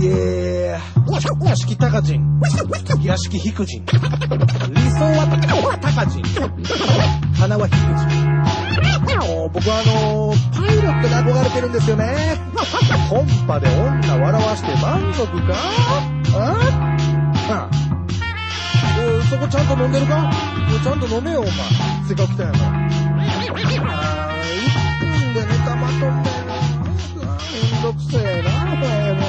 イエー屋敷高人屋敷ひく人理想は高人花はひく人もう僕はあのパイロットで憧れてるんですよねコンパで女笑わして満足かああおいそこちゃんと飲んでるかおいちゃんと飲めよお前せっかく来たんやからあー1分で寝たまとんだよなめんどくせえなお前もは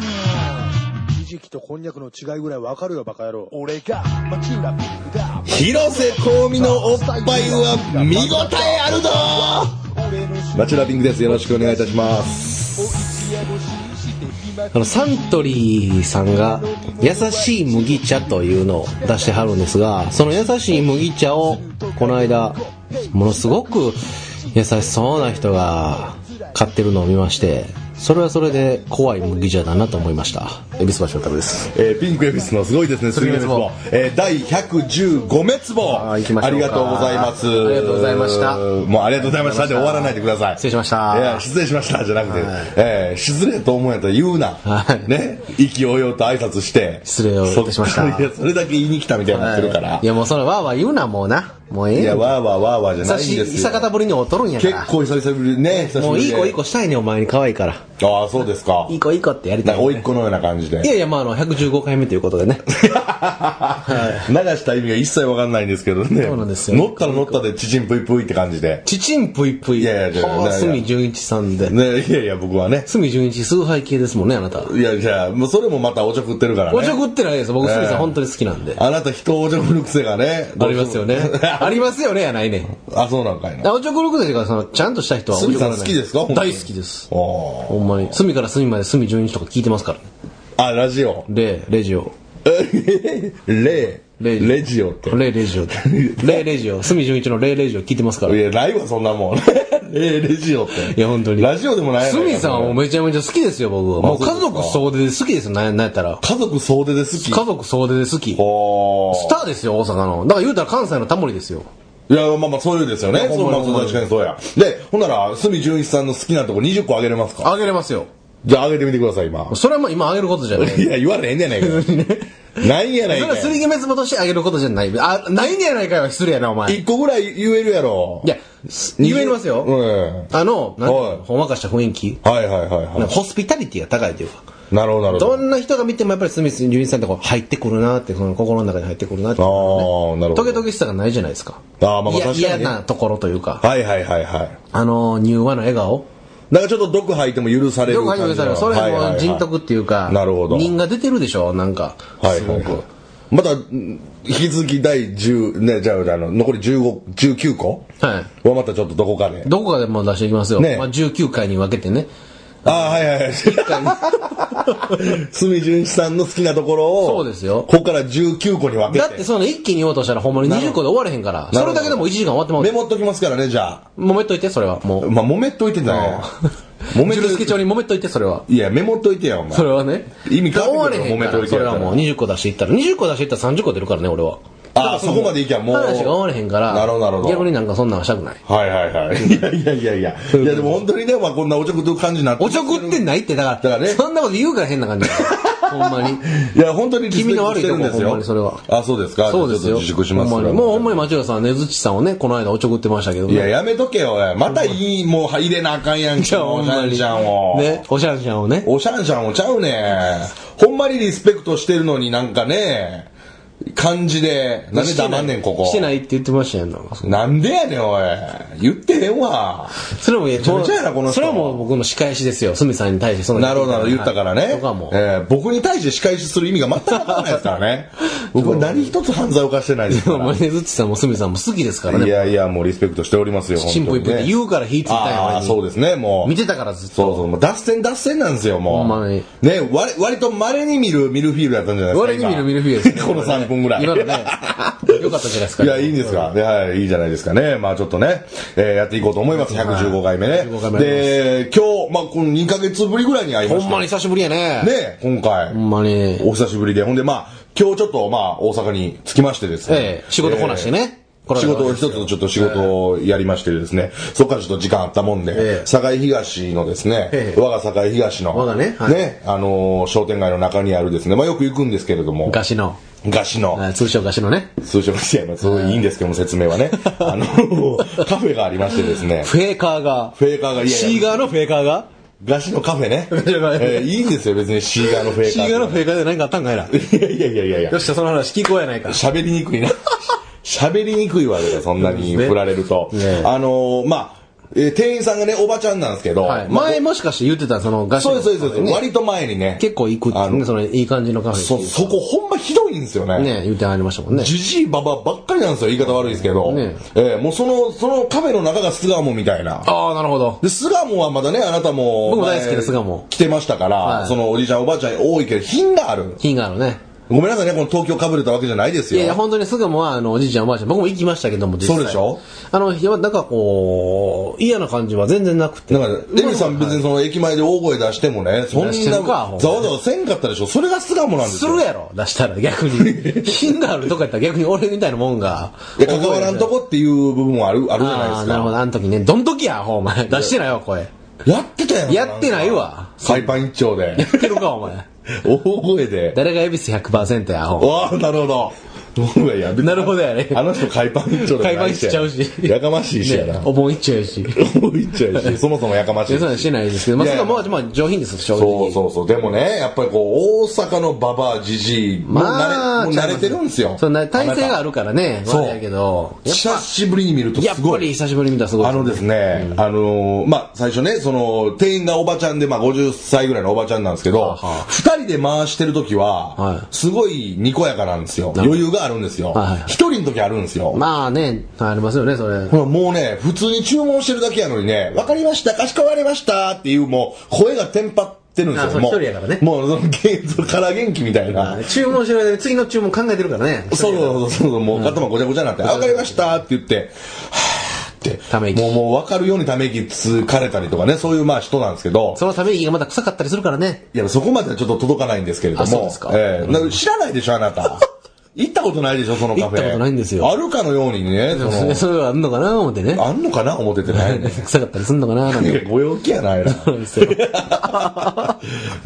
あひじきとこんにゃくの違いぐらいわかるよバカ野郎俺が町浦ピックだ広瀬香美のおっぱいは見応えあるぞ俺のナチュラピングです。よろしくお願いいたします。あの、サントリーさんが、優しい麦茶というのを出してはるんですが、その優しい麦茶を、この間、ものすごく優しそうな人が買ってるのを見まして、それはそれで怖い麦茶だなと思いました。エビスバショタルです。えーピンクエビスのすごいですね、スリメツボ。えー第115メツボ。ああー行きましょうかりがとうございます。ありがとうございましたもうありがとうございました。で終わらないでください。失礼しましたいや、失礼しました、じゃなくて、えー失礼と思うんやったら言うな。はいね。意気揚々と挨拶して。失礼をいたしましたそっからいや、それだけ言いに来たみたいになってるから。いや、もうそれ、わーわー言うな、もうな。もうええいや、よ。わーわーわーわーじゃ久ないんし、です久よ。方ぶりに劣るんやか結ら。構久しぶりね、久しぶりでもういい子いい子したいね、お前に可愛いから。ああ、そうですか。いい子いい子ってやりなたんいか、ね、甥っ子のような感じで。いやいや、まあ、あの、115回目ということでね。流した意味が一切わかんないんですけどね。そうなんですよ乗ったら乗ったで、チチンプイプイって感じで。ちちんぷいぷい。いやいやいやはあいやいや隅純一さんで。ね、いやいや、僕はね。隅純一、崇拝系ですもんね、あなた。いや、じゃあ、もうそれもまたおちょくってるからね。おちょくってないです。僕、隅さええん本当に好きなんで。あなた人をおちょくる癖がね。。ありますよね ありますよね、やないね。あ、そうなんかいな。あおちょくろくでしか、その、ちゃんとした人はおちょ鷲見くらさん好ない。きですか本当に大好きです。おーほんまに。隅から隅まで隅純一とか聞いてますからね。あ、ラジオ。 レイ、レジオ。えレイ。レイレジオって。レイ、レジ オで。レイ、レジオ。隅純一のレイ、レジオ聞いてますから。いいや、ないわ、そんなもん。 レイ、レジオって。や、本当に。ラジオでもないやない隅かさんはもうめちゃめちゃ好きですよ、僕は。もうそう家ですか族総出で好きですよ、なんなんやったら。家族総出で好き。家族総出で好き。おースターですよ、大阪の。だから言うたら関西のタモリですよ。いや、まあまあ、そういうですよね。ねそうまあほんまに確かにそうや。で、ほんなら、隅純一さんの好きなとこ20個あげれますかあげれますよ。じゃあ、あげてみてください、 今。それはもう今あげることじゃない。いそや、言われへんねや ないかい。ないんやないれか。はいすり滅ぼとしてあげることじゃない。あ、ないんやないかよ、失礼やな、お前。い1個ぐらい言えるやろ。や、す言えますうよ。ん。あの、なんはいてほんわかした雰囲気。はいはいはいなんはかホスピタリティが高いというか。い。なるほどなるほどど。んな人が見てもやっぱりスミス・ジュンイチさんってこう入ってくるなって、その心の中に入ってくるなって。ああ、なるほど。トゲトゲしさがないじゃないですか。あーまあまあいや確かにね嫌なところというか、はいはいはいはい。あの、柔和の笑顔。なんかちょっと毒吐いても許されるよく感入じの。ってください。それはいはいはもい人徳っていうか、なるほど。人が出てるでしょ、なんか。はいすはごいはくい。。また、ん引き続き第10、ね、じゃあ、あの、残り15、19個。はいはまたちょっとどこかで。どこかでも出していきますよ。ねまあ19回に分けてね。ああ、はいはいはい。 隅純一さんの好きなところを、そうですよここから19個に分けだて。ってその一気に言おうとしたらほんまに20個で終われへんから、なるそほどれだけでも1時間終わってまうメ。モっときますからね、じゃ揉めっといて、それは。もあ。う。まあ、揉めっといてんだね。揉めジっュルスとケいて。帳に揉めっといて、それは。いや、メモっといてや、お前そ。れはね。意味変わってくるよ終われへんから揉めといてそやっれたらはもう20個出していったら、20個出していったら30個出るからね、俺は。ああ、そこまでいきゃもう。話が終われへんから、なるほど、なるほ逆にど。なんかそんなんはしたくない。はいはい はい。いやいやいやいや。いや、でも本当にね、まあこんなおちょくという感じになって。おちょくってないって、だから、だからねそんなこと言うから変な感じ。 ほんま に。いや、本当にリスペク君のト悪しいてとるこんですよ。ほんまにそれはあ、そうですか。そうですよ。じゃあちょっと自粛しますほわんまにもうほんまに町浦さんはねずちさんをね、この間おちょくってましたけどね。いや、やめとけよ、おいまたいい、もう入れなあかんやんけ、じゃあほおんしまゃんに。ちゃんを。ね、おしゃんちゃんをね。おしゃんしゃんをちゃうねほんまにリスペクトしてるのになんかね、感じで、なんで黙んねん、ここ。してないって言ってましたやんな。なんでやねん、おい。言ってへんわ。それも、めちゃめちゃやなこの人それはもう僕の仕返しですよ。スミさんに対してその。なるほどなるほど、言ったからはいねとかも。。えー僕に対して仕返しする意味が全くわからないですから ね。僕は何一つ犯罪を犯してないですかでもマら。ネズッチさんもスミさんも好きですからいね。やいや、もうリスペクトしておりますよ、チンポイ本プ当ってにね言うから火ついたんやああ、前にそうですね、もう。見てたからずっと。そうそう、もう脱線脱線なんですよ、もう。ほんまにね、割割と稀に見るミルフィールだったんじゃないですか。我に見るミルフィーユです今 こね。の3分ぐらい。今のね、よかったじゃないですか。いや、いいんですか。ではい、いいじゃないですかね。まあちょっとね、えーやっていこうと思います。115回目ね115回。目で、今日、まあこの2ヶ月ぶりぐらいに会いまほした。んまに久しぶりやね。ね、今回ほ。んまに。お久しぶりで。ほんで、まあ今日ちょっと、まあ大阪に着きましてですね。ええ仕事こなしてね。来ら仕れた事わけをです一つよのちょっと仕事をやりましてですね、そこからちょっと時間あったもんえで、え堺東のですね、ええ我が堺東の、我がねはいあのー商店街の中にあるですね、まあよく行くんですけれども、ガシの、ガシの、あ通称ガシのね、通常の試合もすごいいいんですけども、説明はね、あのーカフェがありましてです ね、フェーカーが、フェーカーがいやいや C 側のフェーカーが、ガシのカフェ ね、えシのカフェーいいんですよ、別にシーガーのフェーカー C 側のフェーカーで何かあったんかいな。よいやいやいやいやいやっ。しゃ、その話聞こうやないか。喋りにくいな。喋りにくいわけだ、そんなに振られると。そうですねねえあのーまあ、えー店員さんがね、おばちゃんなんですけど、はい、まあ前もしかして言ってた、そのガシそうのです、そうですそうです、割と前にね、結構行くってあね、のそのいい感じのカフェってそ、いうかそこほんまひどいんですよね。ね、言ってありましたもんね。じじいばばばっかりなんですよ、言い方悪いですけど。ねえーもうその、そのカフェの中が巣鴨みたいな。ああ、なるほど。で、巣鴨はまだね、あなたも、僕も大好き前です巣鴨来てましたから、はいそのおじいちゃんおばあちゃん多いけど、品がある。金があるね。ごめんなさいね、この東京かぶれたわけじゃないですいよ。やいや、本当に巣鴨は、あの、おじいちゃんおばあちゃん、僕も行きましたけども、実際そうでしょあの、いやなんかこう、嫌な感じは全然なくて。なんか、エミさん別にその駅前で大声出してもね、そんな、出してざるかわほんまざわせんかったでしょ。それが巣鴨なんですするよ。やろ出したら逆 に。品があるとかやったら逆に俺みたいなもんが。いや、関わらんとこっていう部分もある、あるじゃないでああすー、なるほか。ど。あの時ね、どん時や、お前。出してないわ、声。やってたやん。やってない わんか。海パン一丁でや、ってるか、お前。大声 で。誰が恵比寿100%や、ほんわあ、なるほど。ほらやべなるほどやねあの人海パン一丁で。買い物しちゃうし。やかましいしやなね。お盆いっちゃうし。思いっちゃうし、そもそもやかましいそうしし。ないですけど、まあ、いやいそれやはまあ、まあ、上品です、正そ直。うそうそう。でもね、やっぱりこう、大阪のババア、じじい、もうま慣れ、あ、もう慣れてるんですよ。そうな体勢があるからね、そうあれやけど。やっ久しぶりに見るとぱやっすごぱいり。久しぶりに見たらすごい。あのですね、あのーまあ、最初ね、その、店員がおばちゃんで、まあ、50歳ぐらいのおばちゃんなんですけはどあはあ、二人で回してる時はは、いすごいにこやかなんですよ。るほ余裕があるんですよはいはい。一人の時あるんですよ。まあね、ありますよね、それ。ほらもうね、普通に注文してるだけやのにね、わかりました、かしこまりましたっていう、もう、声がテンパってるんですあよ。そうもう一人やからねもう、その、ゲーから元気みたいな。注文してる間に次の注文考えてるからね。そうそうそうそう、もう頭ごちゃごちゃになって、あわかりましたって言って、はーって、ため息もうもうわかるようにため息つかれたりとかね、そういうまあ人なんですけど、そのため息がまた臭かったりするからね。いや、そこまではちょっと届かないんですけれどあそうでもすか、ええな知らないでしょ、あな た。行ったことないでしょ、そのカフェ。行ったことないんですよあるかのようにね、そそれの、それはあんのかな思ってね。あんのかな思っててない ね。臭かったりすんのかななんいて。やご陽気やない な。そうですよね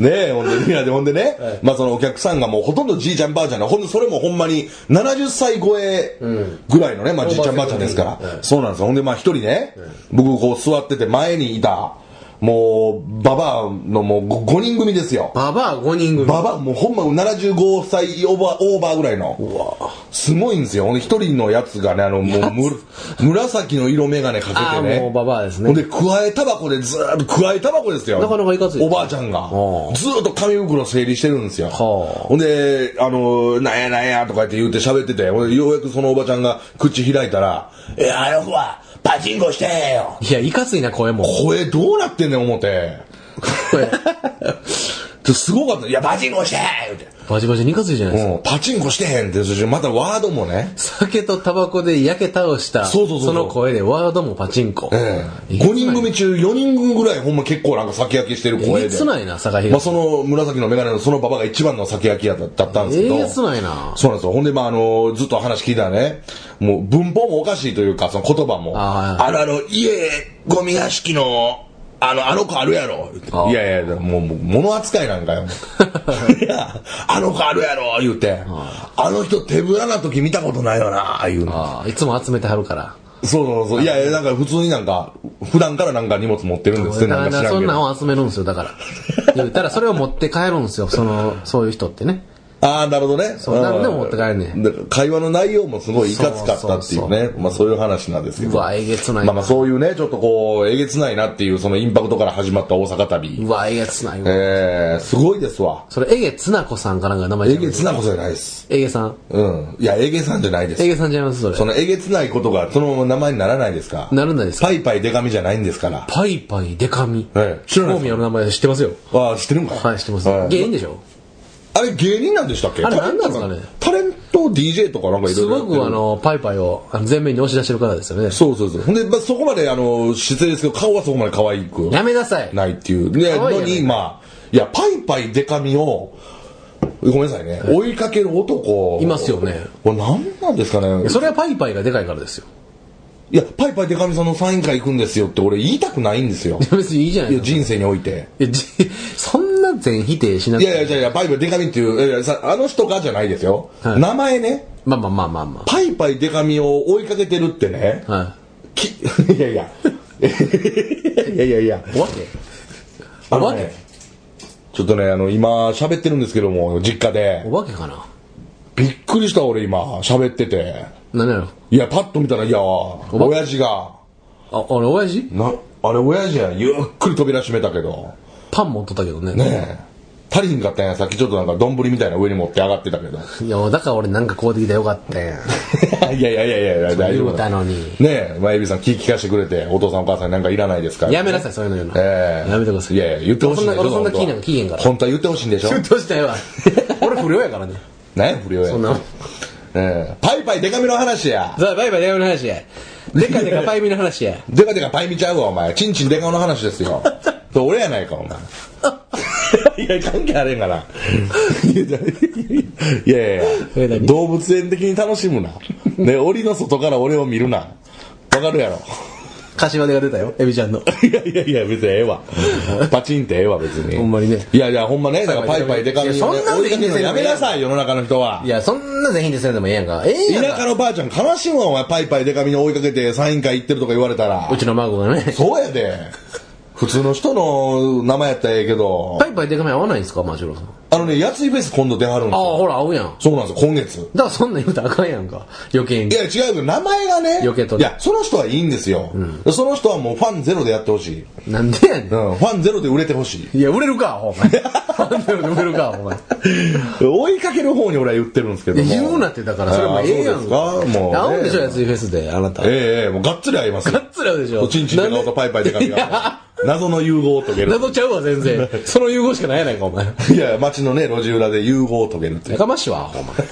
え、ほんで、いやで、ほんでね、まあそのお客さんがもうほとんどじいちゃんばあちゃんの、ほんでそれもほんまに70歳超えぐらいのね、まあじいちゃんばあちゃんですから、そうなんですよ。ほんでまあ一人ね、僕こう座ってて前にいた、もう、ババアのもう5人組ですよ。ババア5人組。ババアもうほんま75歳オーバー、オーバーぐらいの。すごいんですよ。ほんで一人のやつがね、あの、もうむ紫の色眼鏡かあけあ、てね。もうババアですほんで、ね。くわえタバコでずーっと、くわえタバコですよ。なかなかいかついおばあちゃんがう、んずーっと紙袋整理してるんですよ。はあほんで、あの、なんやなんやとかって言って喋ってて、ほんでようやくそのおばちゃんが口開いたら、え、あよくは、パチンコしてーよ。いや、いかついな、声も。声どうなってんねん、思て。声。ちょすごかった。いや、パチンコしてー言うバチバチにいかついじゃないですて。か。うん、パチンコしてへんって、そしてまたワードもね。酒とタバコで焼け倒した、そうそうそうそうの声でワードもパチンコ。ええ、5人組中4人組ぐらいほんま結構なんか先焼けしてるえ声げで。つないな、佐賀まあ、東。その紫の眼鏡のそのババが一番の先焼き屋だったんですえけど。げつないな。そうなんですよ。ほんで、まあ、あの、ずっと話聞いたらね、もう文法もおかしいというか、その言葉も、ああーの、あの、家、ゴミ屋敷の、あの、あの子あるやろ。あーいやいや、もう、もう物扱いなん かよ。いや、あの子あるやろ、言うて、あの人手ぶらな時見たことないよな、言うの。ああ、いつも集めてはるから。そうそうそう。いやいや、なんか普通になんか、普段からなんか荷物持ってるんですって、だなんかか知ららんそけんなど。んを集めるんですよ、だから。 言ったらそれを持って帰るんですよ、その、そういう人ってね。ああ、なるほどね。そう何でも持って帰るねんんだから会話の内容もすごいいかつかったっていうね。まあそういう話なんですけうど。わ、えげつない。まあまあそういうね、ちょっとこう、えげつないなっていう、そのインパクトから始まった大阪旅。うわ、えげつないわ。えー、すごいですわ。それ、えげつなこさんかなんか名前えちゃうげつなことじゃないです。えげさん。うん。いや、えげさんじゃないでえす。げさんちゃいます、それ。そのえげつないことがそのまま名前にならないですかなるんないですかパイパイデカミじゃないんですから。パイパイデカミ。ええ知らない興味ある名前知ってますよ。ああ、知ってるんかはい、知ってますは。い芸人でしょあれ芸人なんでしたっけあれ何なんですかねタレント DJ とかなんかいろすいろやごってる。くあの、パイパイをあの前面に押し出してるからですよね。そうそうそう。ほんで、まあ、そこまであの、失礼ですけど、顔はそこまで可愛く。やめなさい。ないっていう。ね、可愛いのよねに、まあ、いや、パイパイデカミを、ごめんなさいね。追いかける男。いますよね。これ何なんですかね。それはパイパイがでかいからですよ。 いや、パイパイデカミさんのサイン会行くんですよって俺言いたくないんです よ。別にいいじゃないいや、ですか。人生において。いやじ そんな全否定しなくいてやいや、じゃあいや、パイパイデカミっていう、いやいやさあの人がじゃないですよ。はい名前ね、まあまあまあまあまパイパイデカミを追いかけてるってね、あ。はいき いやいや、いやいやいや、お化けあおの化けね、ちょっとね、あの、今喋ってるんですけども、実家で、お化けかなびっくりした俺今、喋ってて。何やろいや、パッと見たら、いや、親父が、あ、俺、親父な、あれ親父やんゆっくり扉閉めたけど。パン持っとったけどね。ねえ。足りひんかったんや、さっきちょっとなんか丼みたいな上に持って上がってたけ ど。いや、だから俺なんかこうできたらよかった やん。いやいやいやいやいや、大丈言夫うただ。のに。ねえ、まゆびさん気聞かしてくれて、お父さんお母さんになんかいらないですから。やめなさい、そういうの言うの。ええやめてください。いやいや、言ってほしいんでしょ俺そんな、俺そんな気なんか聞いへんから。本当は言ってほしいんでしょ 言ってほしないわ。俺不良や からね。ねえ、不良や。そんなもん。ええパイパイデカミの話や。さあ、バイバイ、デカミの話や。でかいでかパイミの話や。デカデカパイ見ちゃうわ、お前。チンチンデカオの話です よ。それ俺やないか、お前。いや、関係あれんがな。いやいやえいや、何動物園的に楽しむな。ね、檻の外から俺を見るな。わかるやろ。 柏手が出たよ、エビちゃんの。いやいやいや、別にええわ。 パチンってええわ、別に。ほんまにねいやいや、ほんまね、だからパイパイデカミのねいやそんなん追いでいいかんでけすよ。るのやめなさい、世の中の人はいや、そんな全員でするでもええやんか。ええやん田舎か。のばあちゃん悲しむわ、お前。パイパイデカミに追いかけてサイン会行ってるとか言われたらう。ちの孫がね。そうやで。普通の人の名前やったらええけど。パイパイデカミ合わないんですか、マジロさん。ああのね、やついフェス今度出はるんであ、すよ。ほら、合うやん。そうなんですよ、今月。だからそんなん言うたらあかんやんか。余計いに。や、違うけど、名前がね。余計といねや、その人はいいんですよ。その人はもうファンゼロでやってほしい。なんでやね。うんん、ファンゼロで売れてほ しい。いや、売れるか、お前。 なんで売れるか、お前。追いかける方に俺は言ってるんですけども。言うなってだから、それもあーええやんそうですかもうね。合うんでしょ、やついフェスで、あなた。ええええ、もうがっつり合いますよが。っつり合うでしょ。おちんちんで顔とパイパイで髪いやが。 謎の融合を遂げる。 謎ちゃうわ、全 然。その融合しかないやないか、お前。いや、街のね、路地裏で融合を遂げるっていやう。かましいわ、お前。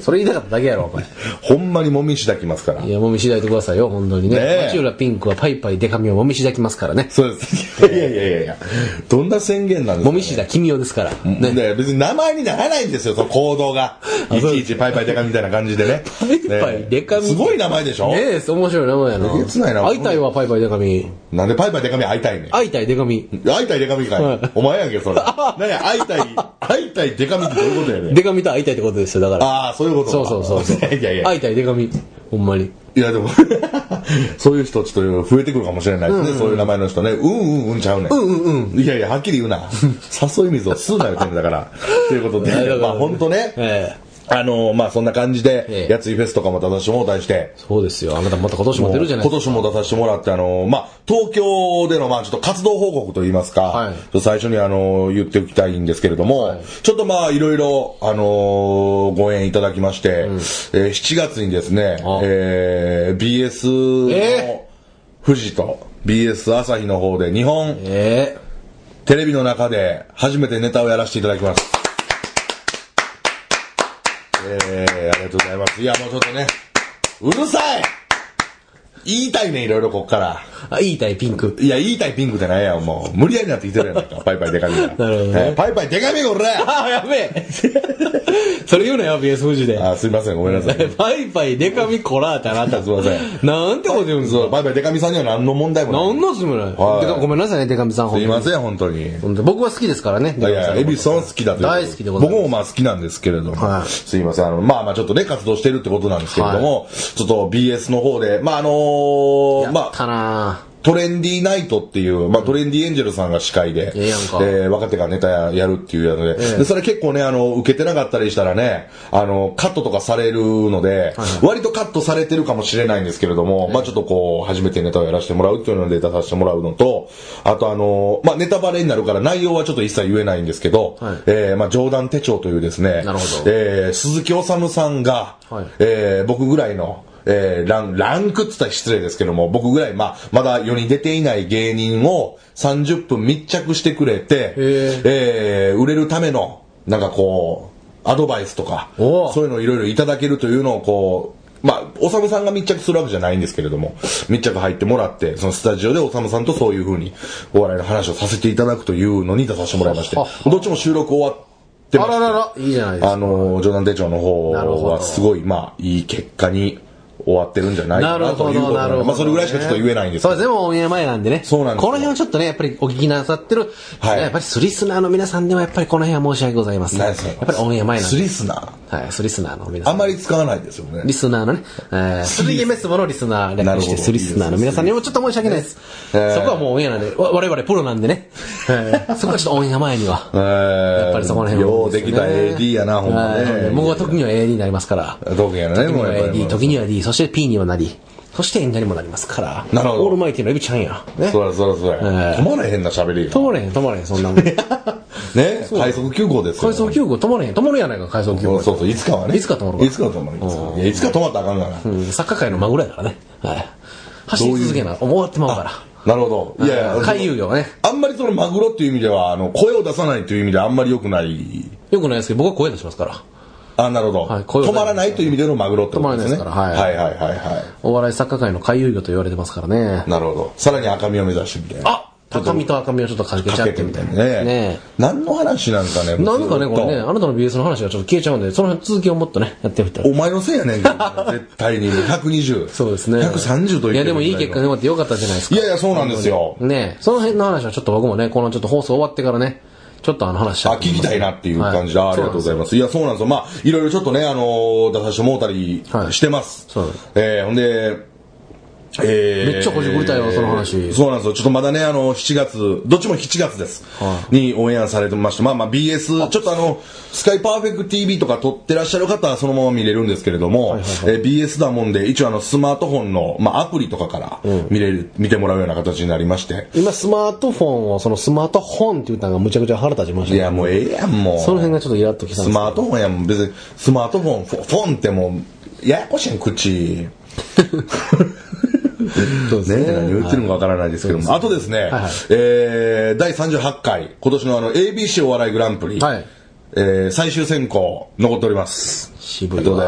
それ言いたかっただけやろ、お前。ほんまにもみしだきますからい。や、もみしだいてくださいよ、本当にね。ねえ町浦ピンクはパイパイデカミをもみしだきますからね。そうです。いやいやいやいや。どんな宣言なんですかねもみしだ君よですから。ね。ね、別に名前にならないんですよ、その行動が。いちいちパイパイデカみたいな感じでね。パイパイデカみすごい名前でしょ、ねえ、そう面白い名前やな。えげつないな会いたいわ、パイパイデカミ。なんでパイパイデカみ会いたいねん。会いたいデカミ。会いたいデカみかい、はいお前やんけ、そ れ。何や、会いたい、会いたいデカみってどういうことやねん。デカミと会いたいってことですよ、だから。ああ、そういうことそうそうそうそう。 いやいや会いたいデカミ。ほんまに。いやでも、 そういう人ちょっと増えてくるかもしれないですね、そういう名前の人ね。うんうんうんちゃうねん。うんうんうん。いやいや、はっきり言うな。誘い水を吸うなよ、てんだから。ということ なるほで、どまあ本当ね、ええあのまあそんな感じでえ、えやついフェスとかも出させてもらったりして、そうですよ。あなたまた今年も出るじゃない今年も出させてもらって、あのまあ東京での、まあちょっと活動報告といいますか、はちいょっと最初にあの言っておきたいんですけれども、はいちょっとまあいろいろ、あのご縁いただきまして、えー7月にですね、あえー BS のえ富士と BS 朝日の方で日本えテレビの中で初めてネタをやらせていただきます。えー、ありがとうございます。いや、もうちょっとね、うるさい言いたいね、いろいろこっから。えあ、言いたいピンク。 いや、言いたいピンクじゃないやん、もう。無理やりなってきてるやないか。パイパイデカミが。なるほどねえーパイパイデカミがおらああ、やべえ。 それ言うなよ、BS 富士で。あ、すいません、ごめんなさい。 パイパイデカミコラーってあなた。すいません。なんてこと言うんですそう、かパイパイデカミさんには何の問題もない。なんのつもりない、はいでかごめんなさいね、デカミさん。すいまん。せん、本当に。本当に僕は好きですからね、デいカミさや、んのこと。エビソン好きだという大好きでございます僕もまあ好きなんですけれども、はいすいません、あの、まあまあちょっとね、活動してるってことなんですけれども、ちょっと BS の方で、まああのーままあ。あ、かなトレンディナイトっていう、まあトレンディエンジェルさんが司会で、ええやんかえー若手がネタやるっていうやつで,、ええで、それ結構ね、あの、受けてなかったりしたらね、あの、カットとかされるので、割とカットされてるかもしれないんですけれども、まあちょっとこう、初めてネタをやらせてもらうというので出させてもらうのと、あとあの、まあネタバレになるから内容はちょっと一切言えないんですけど、はいえーまあ冗談手帳というですね、なるほどえー鈴木おさむさんが、はいえー僕ぐらいの、えーラン、ランクって言ったら失礼ですけども、僕ぐらい、まあ、まだ世に出ていない芸人を30分密着してくれて、へえー売れるための、なんかこう、アドバイスとか、おーそういうのをいろいろいただけるというのをこう、まあ、おさむさんが密着するわけじゃないんですけれども、密着入ってもらって、そのスタジオでおさむさんとそういうふうにお笑いの話をさせていただくというのに出させてもらいまして、どっちも収録終わってまあしてららら、いいじゃないですあか。の、冗談手帳の方なるほはどすごい、まあ、いい結果に終わってるんじゃないなかるなとほいうこど、とななるので、ほど。まあ、それぐらいしかちょっと言えないんですけそうどですね、もうオンエア前なんでね。そうなんですよこの辺はちょっとね、やっぱりお聞きなさってる、はいやっぱりスリスナーの皆さんではやっぱりこの辺は申し訳ございません。なやんでっすかぱりオンエア前なんスで。リスナー。はい、スリスナーの皆さん。あんまり使わないですよねリ。スナーのね、えー、スリーメスボのリスナーなる略ほしどて、スリスナーの皆さんにもちょっと申し訳ないです。えーそこはもうオンエアなんで、わ我々プロなん でね、えーそこはちょっとオンエア前には。えーやっぱりそこら辺はようできた AD やな、ほんまはいね。僕は時には AD になりますから。特技やね、時もにうはやっぱりも AD、う。時には D、そして P にはなり、そして演者にもなりますから。なるほどオールマイティのエビちゃんや。ね。そらそらそら。えー止まれへんな、喋りが。止まれへん、止まれへん、そんなもん。 ね、快速急行ですよ。回送9号止まれへん、止まるやないか、回送9そ号。うそうそう、いつかはね。いつか止まるいつか止まるいつか。いや、いつか止まったらあかんから。うん、サッカー界のマグロやからね。はい。走り続けな、終わってまうかなるほど。ら。いやいや、回遊魚はね。あんまりそのマグロっていう意味では、あの、声を出さないという意味ではあんまり良くない。よくないですけど、僕は声出しますから。あ、なるほど。はい声を出止さまないらないという意味でのマグロってことですね。止まらないですはからはいいはいはいはお笑い作家界の回遊魚と言われてますからい。ね。なるほど。さらに赤身を目指してみたいな。あ高みと赤みをちょっとかけちかゃけっててみみたたいいなな。ね。ね何の話なんですかね。なんかね、これね、ずっあなたの BS の話がちょっと消えちゃうんで、その辺続きをもっとね、やってみたとら。お前のせいやねんけ どな絶対に。120。そうですね。 130といういや、でもいい結果でもってよかったじゃないですか。いやいや、そうなんですよ。ねその辺の話はちょっと僕もね、このちょっと放送終わってからね、ちょっとあの話しあ、たいと思聞きますたいなっていう感じで、はあありがとうございます。いや、そうなんですよ。まあ、いろいろちょっとね、あのー出させてもうたりはいしてます。そうですえーほんで、えーめっちゃこじくりたいわその話そうなんですよ。ちょっとまだね、あの、7月、どっちも7月です。にオンエアされてまして、まあまあ BS、ちょっとあの、スカイパーフェクト TV とか撮ってらっしゃる方はそのまま見れるんですけれども、えー BS だもんで、一応あの、スマートフォンの、まあアプリとかから見れる、見てもらうような形になりまして。今、スマートフォンを、そのスマートフォンって言ったのがむちゃくちゃ腹立ちましたいねや、もうええやん、もう。その辺がちょっとイラっときたんスですマートフォンやもん別にスマートフォンフォフォンってもうややこしいやん口 そうでねすね何を言ってるのかわからないですけども、あとですね、はいはいえー、第38回今年のあの ABC お笑いグランプリ、はいえー最終選考残っております渋いあわりがとうご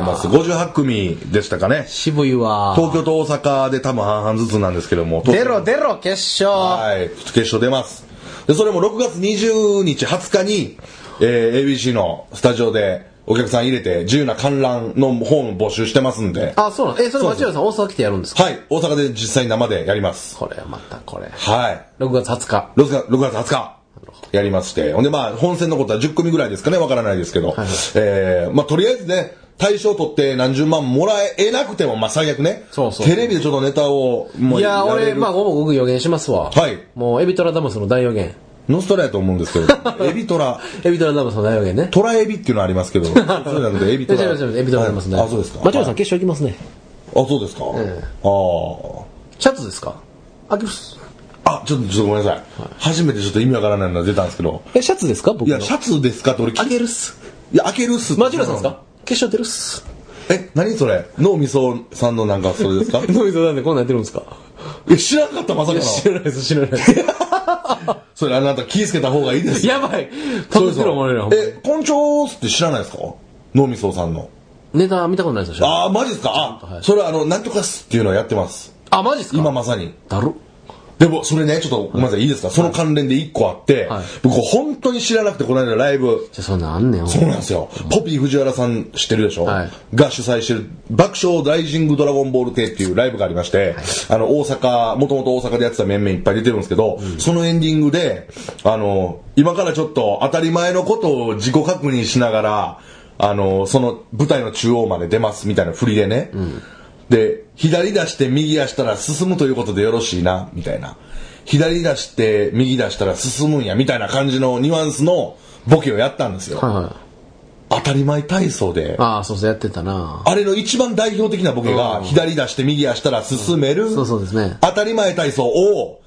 ざいます58組でしたかね渋いわ。東京と大阪で多分半々ずつなんですけども出ろ出ろ、決勝。はい、決勝出ます。で、それも6月20日、20日に、えー ABC のスタジオでお客さん入れて、自由な観覧の方も募集してますんで、あ、そうなのえ、それ町浦さん大阪来てやるんですかはい、大阪で実際に生でやります。これ、またこれ。はい。 6月20日。 6月 ,6 月20日。やりまして。ほんで、まあ、本戦のことは10組ぐらいですかね、わからないですけど。えーまあ、とりあえずね、大賞取って何十万もらえなくても、まあ、最悪ね。そうそうテレビでちょっとネタを、もいや、れ俺、るまあ、ごくごく予言しますわ。はいもう、エビトラダムスの大予言。ノストラやと思うんですけど、 エビトラ。エビトラダムスの大予言ね。トラエビっていうのはあります けど、そうじゃなくてエビいやト違ラ。う違う違うエビトラダムスの大あ、そうですか。町浦さはん、い決勝行きますね。あ、そうですか。ええシャツですかあ、きます。ああ。あ、ちょっと、ちょっとごめんなさい。初めてちょっと意味わからないのが出たんですけど、え、シャツですか僕いの。や、シャツですかって俺聞あいげるっす。いや、開けるっすって町浦さんですか決勝出るっす。え、何それ脳みそさんのなんかそれです かノイズなんでこんなんやってるんですかえ、知らなかった、まさかの。知らないです、知らないです。それ、あなた気ぃつけた方がいいですよ。やばい。そ飛うんですでる思われるよ。え、根性って知らないですか脳みそさんの。ネタ見たことないですよ。あー、マジですかとはあ、いそれあの、なんとかっすっていうのをやってます。あ、マジっすか今まさに。だろでも、それね、ちょっと、ごめんなさい、いいですかその関連で一個あってはい、僕、本当に知らなくて、この間ライブ、じゃあそんなんあんねん。そうなんですよ。ポピー藤原さん知ってるでしょはいが主催してる、爆笑ライジングドラゴンボール亭っていうライブがありまして、あの、大阪、もともと大阪でやってた面々いっぱい出てるんですけど、そのエンディングで、あの、今からちょっと当たり前のことを自己確認しながら、あの、その舞台の中央まで出ますみたいな振りでね、で、左出して右出したら進むということでよろしいな、みたいな。左出して右出したら進むんや、みたいな感じのニュアンスのボケをやったんですよ。はいはい。当たり前体操で、ああ、そうそう、やってたな。あれの一番代表的なボケが、左出して右足したら進める、そうそうですね。当たり前体操を、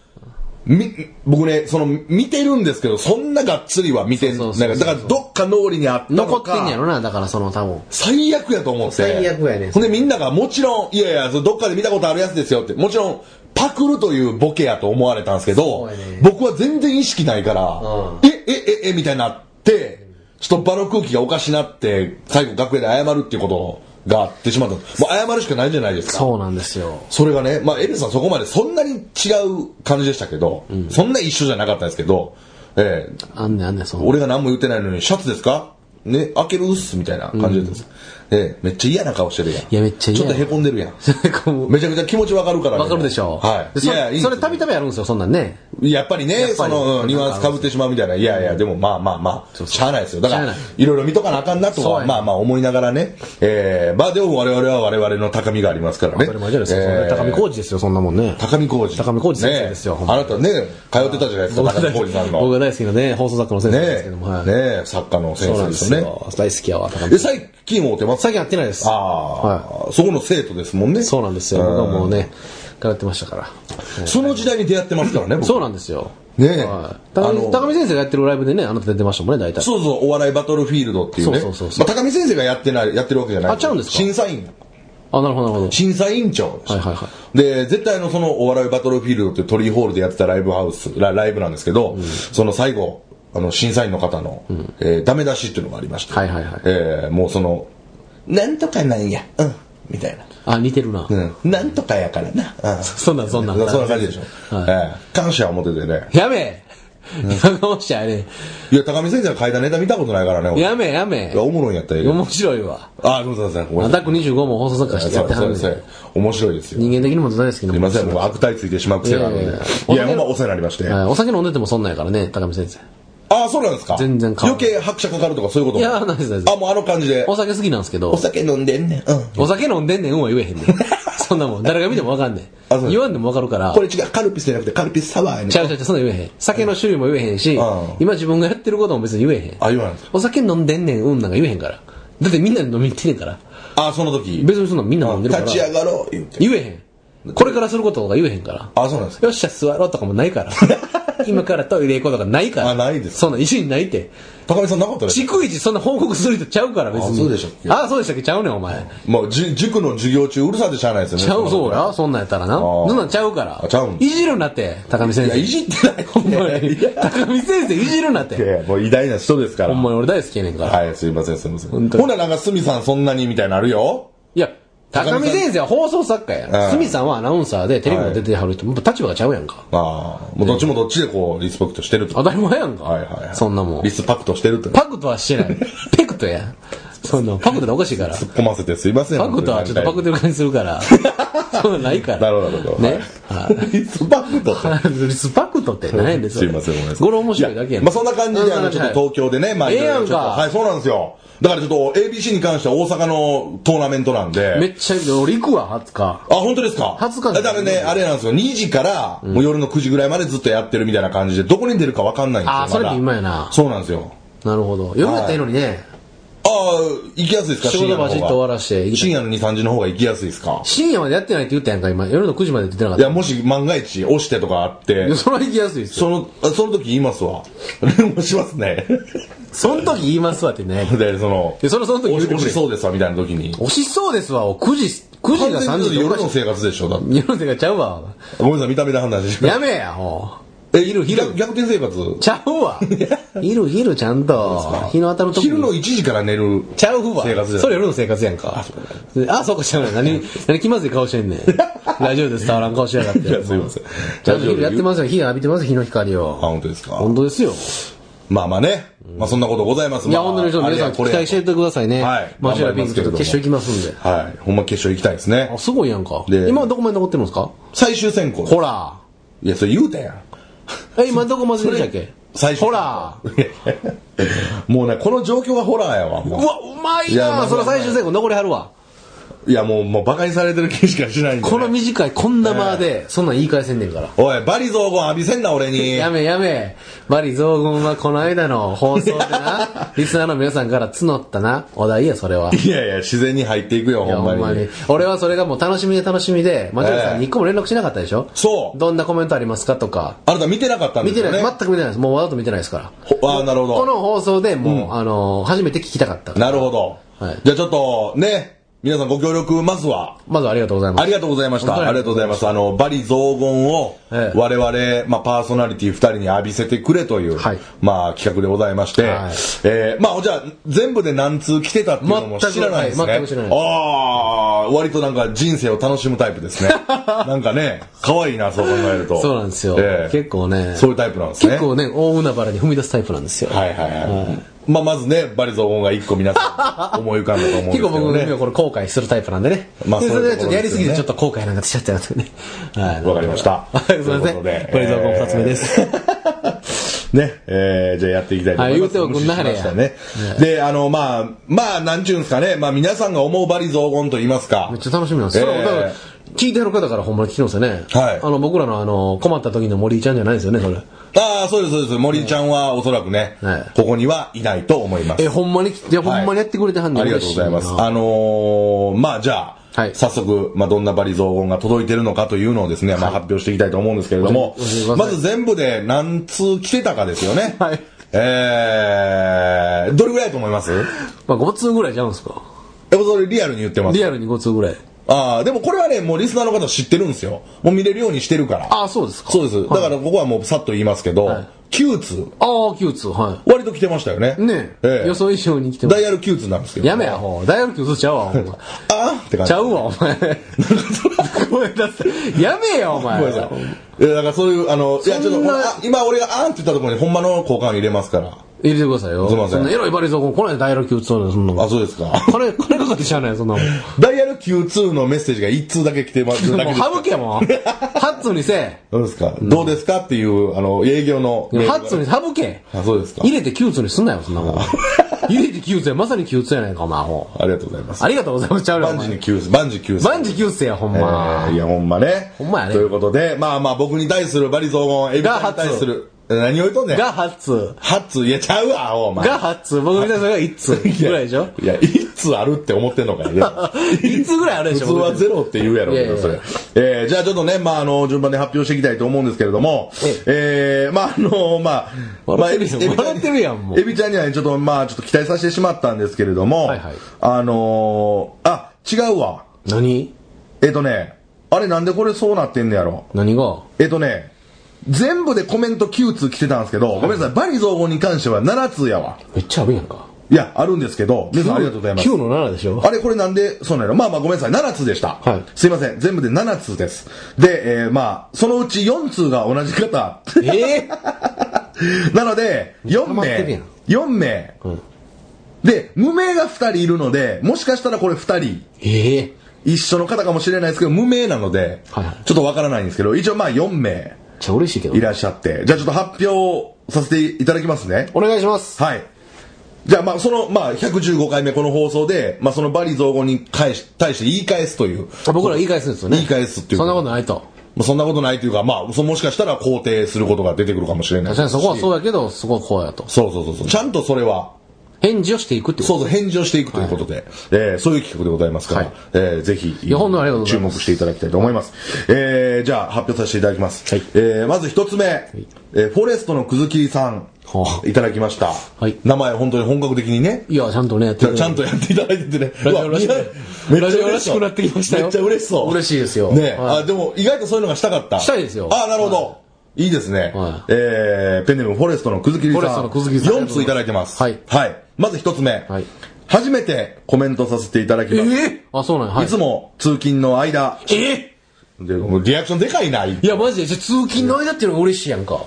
み僕ね、その、見てるんですけど、そんながっつりは見てそうなそいうそうだから、どっか脳裏にあったの残か。ってんやろな、だからその多分。最悪やと思って。最悪やねほんでみんながもちろん、いやいや、それどっかで見たことあるやつですよって、もちろん、パクるというボケやと思われたんですけど、そうやね僕は全然意識ないから、うえ、え、え、え、みたいになって、ちょっと場の空気がおかしなって、最後楽屋で謝るっていうことがあってしまった。もう謝るしかないじゃないですか。そうなんですよ。それがね、まあ、エルさんそこまでそんなに違う感じでしたけど、そんな一緒じゃなかったんですけど、ええあんねんあんねん、その。俺が何も言ってないのに、シャツですかね、開けるっす、みたいな感じだったんです、でめっちゃ嫌な顔してるやん。いやめっちゃ嫌ちょっと凹んで るやん。こうめちゃくちゃ気持ちわかるからね。わかるでしょはい。でいそれやいや、いいんですそよれたびたびあるんですよ、そんなんね。やっぱりね、やっぱそりの、うんニュアンス被ってしまうみたいな。いやいや、でもまあまあまあ、しゃあないですよ。だかしゃらあない、いろいろ見とかなあかんなとそうやは、ねまあまあ思いながらね。えー、まあでも我々は我々の高みがありますからね。当たり前じゃないですか。そんな高見えー浩二ですよ、そんなもんね。高見浩二。高見浩二先生ですよねほんまあなたね、通ってたじゃないですか、僕が高見大浩好二きさん僕の。が大好きなね、放送作家の先生ですけども、ねはい。ね作家の先そうな生んでですすよね。よ。大好きやわ、高見え、最近もうてます最近会ってないです。あはあ、そこの生徒ですもんね。い。そうなんですよ。僕はもうね、通ってましたから。その時代に出会ってますからね、僕そうなんですよ。ねえはいあ高の見高見先生がやってるライブでね、あなた出てましたもんね、大体。そうそう、お笑いバトルフィールドっていうね。そうそうそうそうまあ、高見先生がやってない、やってるわけじゃない。あちゃうんですか審査員。あ、なるほど、なるほど。審査委員長でしたはいはいはで、絶対あの、その、お笑いバトルフィールドっていうトリーホールでやってたライブハウス、ラライブなんですけど、その最後、あの、審査員の方の、えーダメ出しっていうのがありまして、はいはいはいえーもうその、なんとかなんや、うん、みたいな。あ、似てるな。うん、なんとかやからな、うん。そんなん、そんなん。そんな感じでしょ。はいえー感謝を持ててね。やめやかましゃね。いや、高見先生が書いたネタ見たことないからね、俺やめやいめやおもろいんやったらええけど面白いわ。あ、ごめんなさい、ごめんアなタさック25も放送作家しい。てやってはるねんそうそうそう面白いですよ。人間的にも大好きなすいもまんでせすん、よ僕悪態ついてしまう癖があるんで。いいやいやいやや、ほんまお世話になりまして。はいあお酒飲んでてもそんなんやからね、高見先生。あ、そうなんですか全然変わ余らない計拍車かかるとかそういうこといもや、ないですないですあ、もうあの感じでお。酒好きなんですけどお、酒飲んでんねん。うん。お酒飲んでんねんうんは言えへん ねん。そんなもん、誰が見てもわかんね。あそうん言わんでもわかるからこ。れ違う、カルピスじゃなくてカルピスサワーやねんちゃうちゃうちゃう、そんなん言えへん。酒の種類も言えへんしん、今自分がやってることも別に言えへん。あ、言わないんですかお酒飲んでんねんうんなんか言えへんから。だってみんなで飲みに行ってんねんから。あ、その時。別にそんなんみんな飲んでるか立ら。ち上がろう、言って。言えへん。これからすることとか言えへんから。あ、そうなんですかよっしゃ、座ろうとかもない から。今からトイレ行こうとかないから。あないですそんな、一緒にないって。高見さんなかったでしょ逐一そんな報告する人ちゃうから、別に。あそうでしたっけあ、そうでしたっけちゃうねん、お前。もう、じ塾の授業中うるさいでしゃあないですよね。ちゃう、そうや。や。そんなんやったらな。ーそんなんちゃうからあ。ちゃうんいじるなって、高見先い生。やいじってないほんまに。いや 高見先生、いじるなっいて。やいやもう偉大な人ですから。ほんまに俺大好きやねんから。はい、すいません、すいません。ほん当にならなんか、すみさんそんなにみたいになるよ。いや、高見先生は放送作家うや。んすみさんはアナウンサーでテレビも出てはる人、もう立場がちゃうやんか。ああ、もうどっちもどっちでこう、リスペクトしてると。当たり前やんか。はいはいはい。そんなもんリ。スパクトしてるって。パクトはしてない。ペクトや。そんな、パクトっておかしいから。突っ込ませてすいません。パクトはちょっとパクっト。てる感じす るから。そんなんないから。なるほど、なるほど。ね。はいリスパクトって。 リスパクトって何やねんそすれいません、ごめんなさい。語呂面白いだけやん。まあそんな感じで、あの、はいちょっと東京でね、まあ、ええやんかいろいろちょっとはい、そうなんですよ。だからちょっと、ABC に関しては大阪のトーナメントなんで。めっちゃ、俺行くわ、20日。あ、本当ですか20だ日からね、あれなんですよ、2時から、もう夜の9時ぐらいまでずっとやってるみたいな感じで、どこに出るかわかんないんですよ。あーそれまだ微妙やなそうなんですよ。なるほど。夜やったらいいのにね。ああ、行きやすいですか仕事バシッと終わらして行きた深い夜の2、3時の方が行きやすいですか深夜までやってないって言ったやんか、今。夜の9時まで出てなかっいた。や、もし万が一押してとかあっていや、それは行きやすいですよ。その、あその時言いますわ。電話しますね。 その時言いますわってね。で、その、いやそれはその時言う押してくれ押しそうですわ、みたいな時に。惜しそうですわ、9時、9時が3時夜の生活でしょ、だって。夜の世界ちゃうわ。ごめんなさい、見た目で判断してしまやう。めえや、ほえ、昼、昼。逆転生活。ちゃうわ。昼、昼ちゃんと、日の当たるとこ昼の1時から寝る。ちゃうわ。生活じゃんそれ夜の生活やんか。あ、そうか、ちゃうな。 何、何気まずい顔してんねん。ラジオで伝わらん顔しやがって。いやすいませんちゃんと昼やってますよ。日浴びてますよ、日の光あ、を。本当ですか。本当ですよ。まあまあね。まあそんなことございます。いや、まあ本当にちょっと皆さんあれやこれ期待しててくださいね。はいマジュラピンクちょっと決勝行きますんで。はい。ほんま決勝行きたいですねあ、。すごいやんか。で今どこまで残ってるんですか最終選考。ほら。いや、それ言うたやん。え、今どこまででしたっけ最終ほら。 もうね、この状況がホラーやわ。うもわ、うまいいやまなあそれ最終選考残りはるわ。ういや、もう、もう馬鹿にされてる気しかしないんでね。この短い、こんな間で、そんなん言い返せんねんから。おい、バリ雑言浴びせんな、俺に。やめやめ。バリ雑言はこの間の放送で な、リスナーの皆さんから募ったな、お題や、それ は。いいやいや、自然に入っていくよ、やほんまに。俺はそれがもう楽しみで楽しみで、マジョさんええに一個も連絡しなかったでしょそうどんなコメントありますかとか。あなた見てなかったんで見すてなよい、ね。全く見てないです。もうわざと見てないですから。ほああ、なるほど。この放送でもう、あの、初めて聞きたかったから。なるほど。はいじゃあちょっと、ね、皆さんご協力、まずは、まずはありがとうございます。ありがとうございました。本当にありがとうございます。あの、バリ雑言を、ええ我々、まあ、パーソナリティ二人に浴びせてくれという、はいまあ、企画でございまして、はいえーまあ、じゃあ、全部で何通来てたっていうのも全く知らないですね。はい全く知らないですああー、割となんか人生を楽しむタイプです ね。なんかね、可愛いな、そう考えると。そうなんですよ。ええ結構ね。そういうタイプなんですね。結構ね、大海原に踏み出すタイプなんですよ。はいはいはい。まあ、まずね、バリ雑言が一個皆さん思い浮かんだと 思うんですけ結構僕どね、ね。これ後悔するタイプなんでね。まあでそうそいれうでところちょっとやりすぎてちょっと後悔なんかしちゃったやつね。 はい。わかりました。はいすいません。これ雑言二つ目です。えーね、えーじゃあやっていきたいと思います。はい言うてはくんなはれ無や視しましたね。で、あの、まあ、まあ、なんちゅうんですかね、まあ、皆さんが思うバリ雑言と言いますか。めっちゃ楽しみなんです。それえはーだから聞いてはる方からほんまに聞きますよね。はいあの、僕らのあの、困った時の森井ちゃんじゃないですよね、それ。ああ、そうです、そうです。森ちゃんはおそらくね、はいここにはいないと思います。え、ほんまに、いや、ほんまにやってくれてはんねんありがとうございます嬉し。なあのーまあじゃあ、はい早速、まあどんなバリ雑言が届いてるのかというのをですね、まあ発表していきたいと思うんですけれども教えてくださ、いまず全部で何通来てたかですよね。はいえー、どれぐらいだと思いますまあ、5通ぐらいちゃうんすか。え、それリアルに言ってますリ。アルに5通ぐらい。ああ、でもこれはね、もうリスナーの方知ってるんですよ。もう見れるようにしてるから。ああ、そうですか。そうです。だからここはもうさっと言いますけど、はい9通、ああ、9通、は割と来てましたよね。い。ねえええ。予想以上に来てまダすイ。ヤル9通なんですけど。やめや、ほう。ダイヤル9通ちゃうわ、お前。 ああって感じ。ちゃうわ、お前。ごめんなさい。やめや、お前。ごめんなさい。いや、だからそういう、あの、いや、ちょっとそんほなんま、あ今俺があんって言ったところに、ほんまの交換入れますから。入れてくださいよ。すいませんそんなエロいバリゾーン、こないでダイヤル9通なんだよそんなもんあ、そうですか。 金、金かかってしゃあないよ、そんなもん。ダイヤル Q2 のメッセージが1通だけ来てます。だもけでうす省けもう。ハッツにせどうですかどうですかっていう、あの、営業の。え。ハッツに省け。あ、そうですか入。れて9通にすんなよ、そんなもん。入れて9通や、まさに9通やないか、お前、ほう。ありがとうございます。ありがとうございます、ちゃうよ、バおンジー前に。9、バンジー9。万事9通や、ほんえまーい。や、ほんまね。ほんまやねということで、まあまあ、僕に対するバリ雑言、エビさんに対する、何を言うとんねん。が8通。ハッツ、いや、ちゃうわ、お前。が8通。僕みたいなのが1通ぐ らいでしょいや、1通あるって思ってんのかよでも ?1 通ぐらいあるで普し通ょはゼロって言うやろうけど、いやいそやいれや。えーじゃあちょっとね、まあ、あの、順番で発表していきたいと思うんですけれども、えーまあ、あの、まあ、まあ、笑ってるやん笑ってるやんもうエビちゃんにはね、ちょっと、まあ、ちょっと期待させてしまったんですけれども、はいはいあのーあ、違うわ。何えっ、とね、あれなんでこれそうなってんのやろ。何がえっ、とね、全部でコメント9通来てたんですけど、ごめんなさい、バリ雑言に関しては7通やわ。めっちゃあるやんか。いや、あるんですけど、皆さんありがとうございます。 9の7でしょあれこれなんで、そうなのまあまあごめんなさい、7通でした。はいすいません、全部で7通です。で、えーまあ、そのうち4通が同じ方。 ええなので、4溜まってるや名ん。 4名。で、無名が2人いるので、もしかしたらこれ2人。ええ一緒の方かもしれないですけど、無名なので、はいはいちょっとわからないんですけど、一応まあ4名めっちゃ嬉しいけどい。らっしゃって、じゃあちょっと発表させていただきますね。お願いします。はい。じゃあ、まあ、その、まあ、115回目この放送で、まあ、そのバリ雑言に返し、対して言い返すという。僕ら言い返すんですよね。言い返すっていうかそんなことないと。まあ、そんなことないというか、まあ、そもしかしたら肯定することが出てくるかもしれない。。確かにそこはそううやけど、そこはこうやと。そうそうそうそう。ちゃんとそれは、返事をしていくってこと。そうそう、返事をしていくということで、えーそういう企画でございますから、はいえーぜひ、や本当にありがとうござ注いま目すしていただきたいと思います。えーじゃあ、発表させていただきます。はいえーまず一つ目、えーフォレストのくずきりさん、はいただきました。はい名前、本当に本格的にね、いや、ちゃんとね、やってちゃるちゃんとやっていただいててね。ラジオうわらしくめっちゃ嬉しラジそうオらしくなってきましたよめっちゃ嬉しそう。嬉しいですよねはいあ、でも意外とそういうのがしたかった。したいですよあ、なるほど。いいですねは。いえーペンネームフォレストのくずきりさん。フォレストのくずきりさん4ついただいてます。はいはい。まず1つ目はい。初めてコメントさせていただきます。あ、そうなんや。はいつも通勤の間。えでもうリアクションでかいな。いいや、マジで、じゃあ通勤の間っていうのが嬉しいやんか。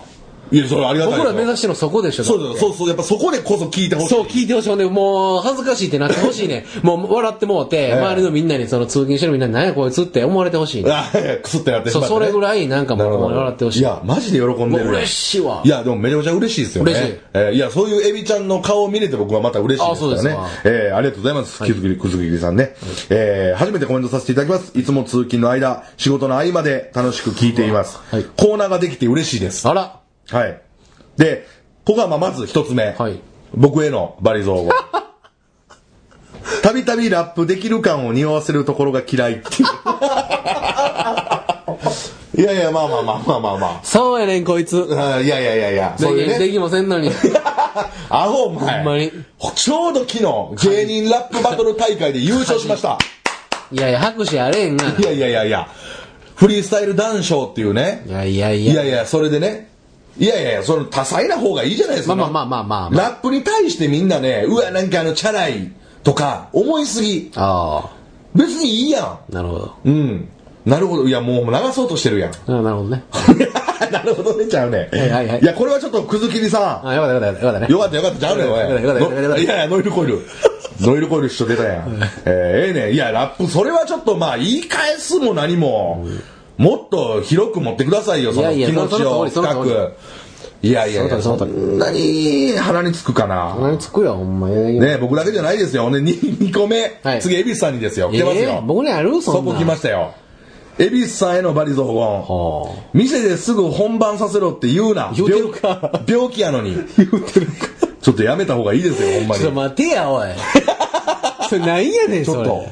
や、それありがたい。僕ら目し指してるのそこでしょ。そうそうう。そうそう。やっぱそこでこそ聞いてほしい。そう、聞いてほしい。ほんで、もう、恥ずかしいってなってほし いね。もう、笑ってもうて、周りのみんなに、その、通勤してるみんなに、何やこいつって思われてほしいね。あくすってなってしそまっう、たねそれぐらい、なんかもなう、るほほんまどに笑ってほしい。いや、マジで喜んでるもやん。う嬉しいわいや、でもめちゃくちゃ嬉しいですよね。嬉しいえーいや、そういうエビちゃんの顔を見れて僕はまた嬉しいですからねあそうです。えーありがとうございます。くずきり、くずきりさんね。えー初めてコメントさせていただきます。いつも通勤の間、仕事の合間で楽しく聞いています。はいコーナーができて嬉しいです。あら。はい。で、ここはまあまず一つ目。はい僕へのバリ雑 言。たびたびラップできる感を匂わせるところが嫌いっ ていう。いやいや、まあまあまあまあまあまあそうやねん、こいつ。あー。いやいやいやいや、そういうできねで。きませんのに。 アホお前ほんまにちょうど昨日芸人ラップバトル大会で優勝しましたいやいや、拍手やれんな。いやいやいやいやフリースタイル男賞っていうねいやいやいいやや。いやそれでねいやいやいやその多彩な方がいいじゃないですまかあまあまあまあまあまあ。ラップに対してみんなねうわなんかあのチャラいとか思いすぎあ別にいいやあ、なるほんうど。んなるほどいやもう流そうとしてるやん うんなるほどね。なるほどね、ちゃうね。はいはいはいや、これはちょっと、くずきりさあ、よかったよかったよかったん。ね。よかったよかった、ちゃうねん、おい。よかったよかったよかのったいやいや、ノイルコイル。ノイルコイル一緒出たやん。えーええねん。いや、ラップ、それはちょっと、まあ、言い返すも何も、もっと広く持ってくださいよ、そのいや気いや持ちをその通りそ深の通りく。いやいやいや、その通りその通りんなに鼻につくかな。鼻につくよ、ほんま。ねね僕だけじゃないですよ。ね、2, 二個目。はい次、恵比寿さんにですよ。来てますよ。えー僕にあるそんなそこ来ましたよ。恵比寿さんへの罵詈雑言。はあ。店ですぐ本番させろって言うな。言うてるか病病気やのに。ちょっとやめた方がいいですよ、ほんまにちょっ。と待て や、おい。それなんやねちん、そょっれ。と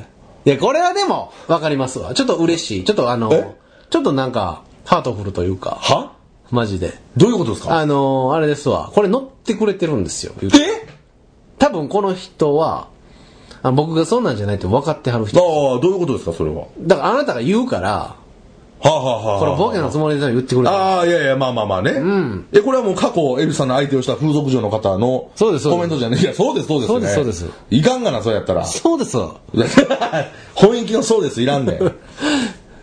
いや、これはでも、わかりますわ。ちょっと嬉しい。ちょっとあのえ、ちょっとなんか、ハートフルというか、はマジで。どういうことですかあのー、あれですわ。これ乗ってくれてるんですよ。え多分この人は、あ僕がそんなんじゃないって分かってはるあ人。あ、どういうことですか、それは。はだからあなたが言うから、あ、はあはあ、これボケのつもりで言ってくれた。ああ、いやいや、まあまあまあね。え、これはもう過去、エビさんの相手をした風俗嬢の方のそうですコそうですメントじゃない。いや、そうです、そうです、ね。そうですそうです。いかんがな、それやったら。 そうですわ。本意気のそうですいらんねん。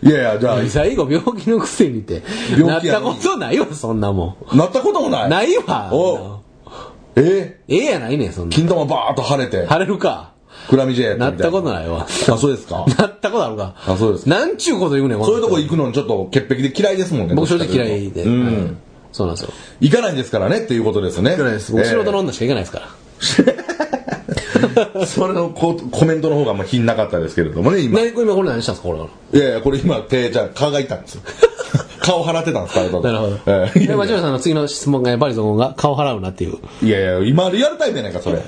いやいや、じゃ最後病気のくせにって、な病っ気やたのにことないわ、そんなもあ、なったこともない。ん。ないわ。おえええやないねん、そーんな。金玉バーッと晴れて、晴れるか。クラミジェなったことい。ないわ。あ、そうです か。なったことあるか。あそうですなんちゅうこと言うねん、そういうとこの人行くのちょっと潔癖で嫌いですもんね。僕正直嫌いで。うはいん。そうなんですよ。行かないんですからねっていうことですね。行嫌いです。僕、えー素人の女しか行かないですから。それのこコメントの方があんま品なかったですけれどもね、今。何、今これ何したんですか、これ。いやいや、これ今、てちゃん、顔がいたんですよ。 顔払ってたんですか、あれだとなるほど。えーいで、や町村さんの次の質問が、バリゾンが顔払うなっていう。いやいや、今リアルタイムやないか、そ れ。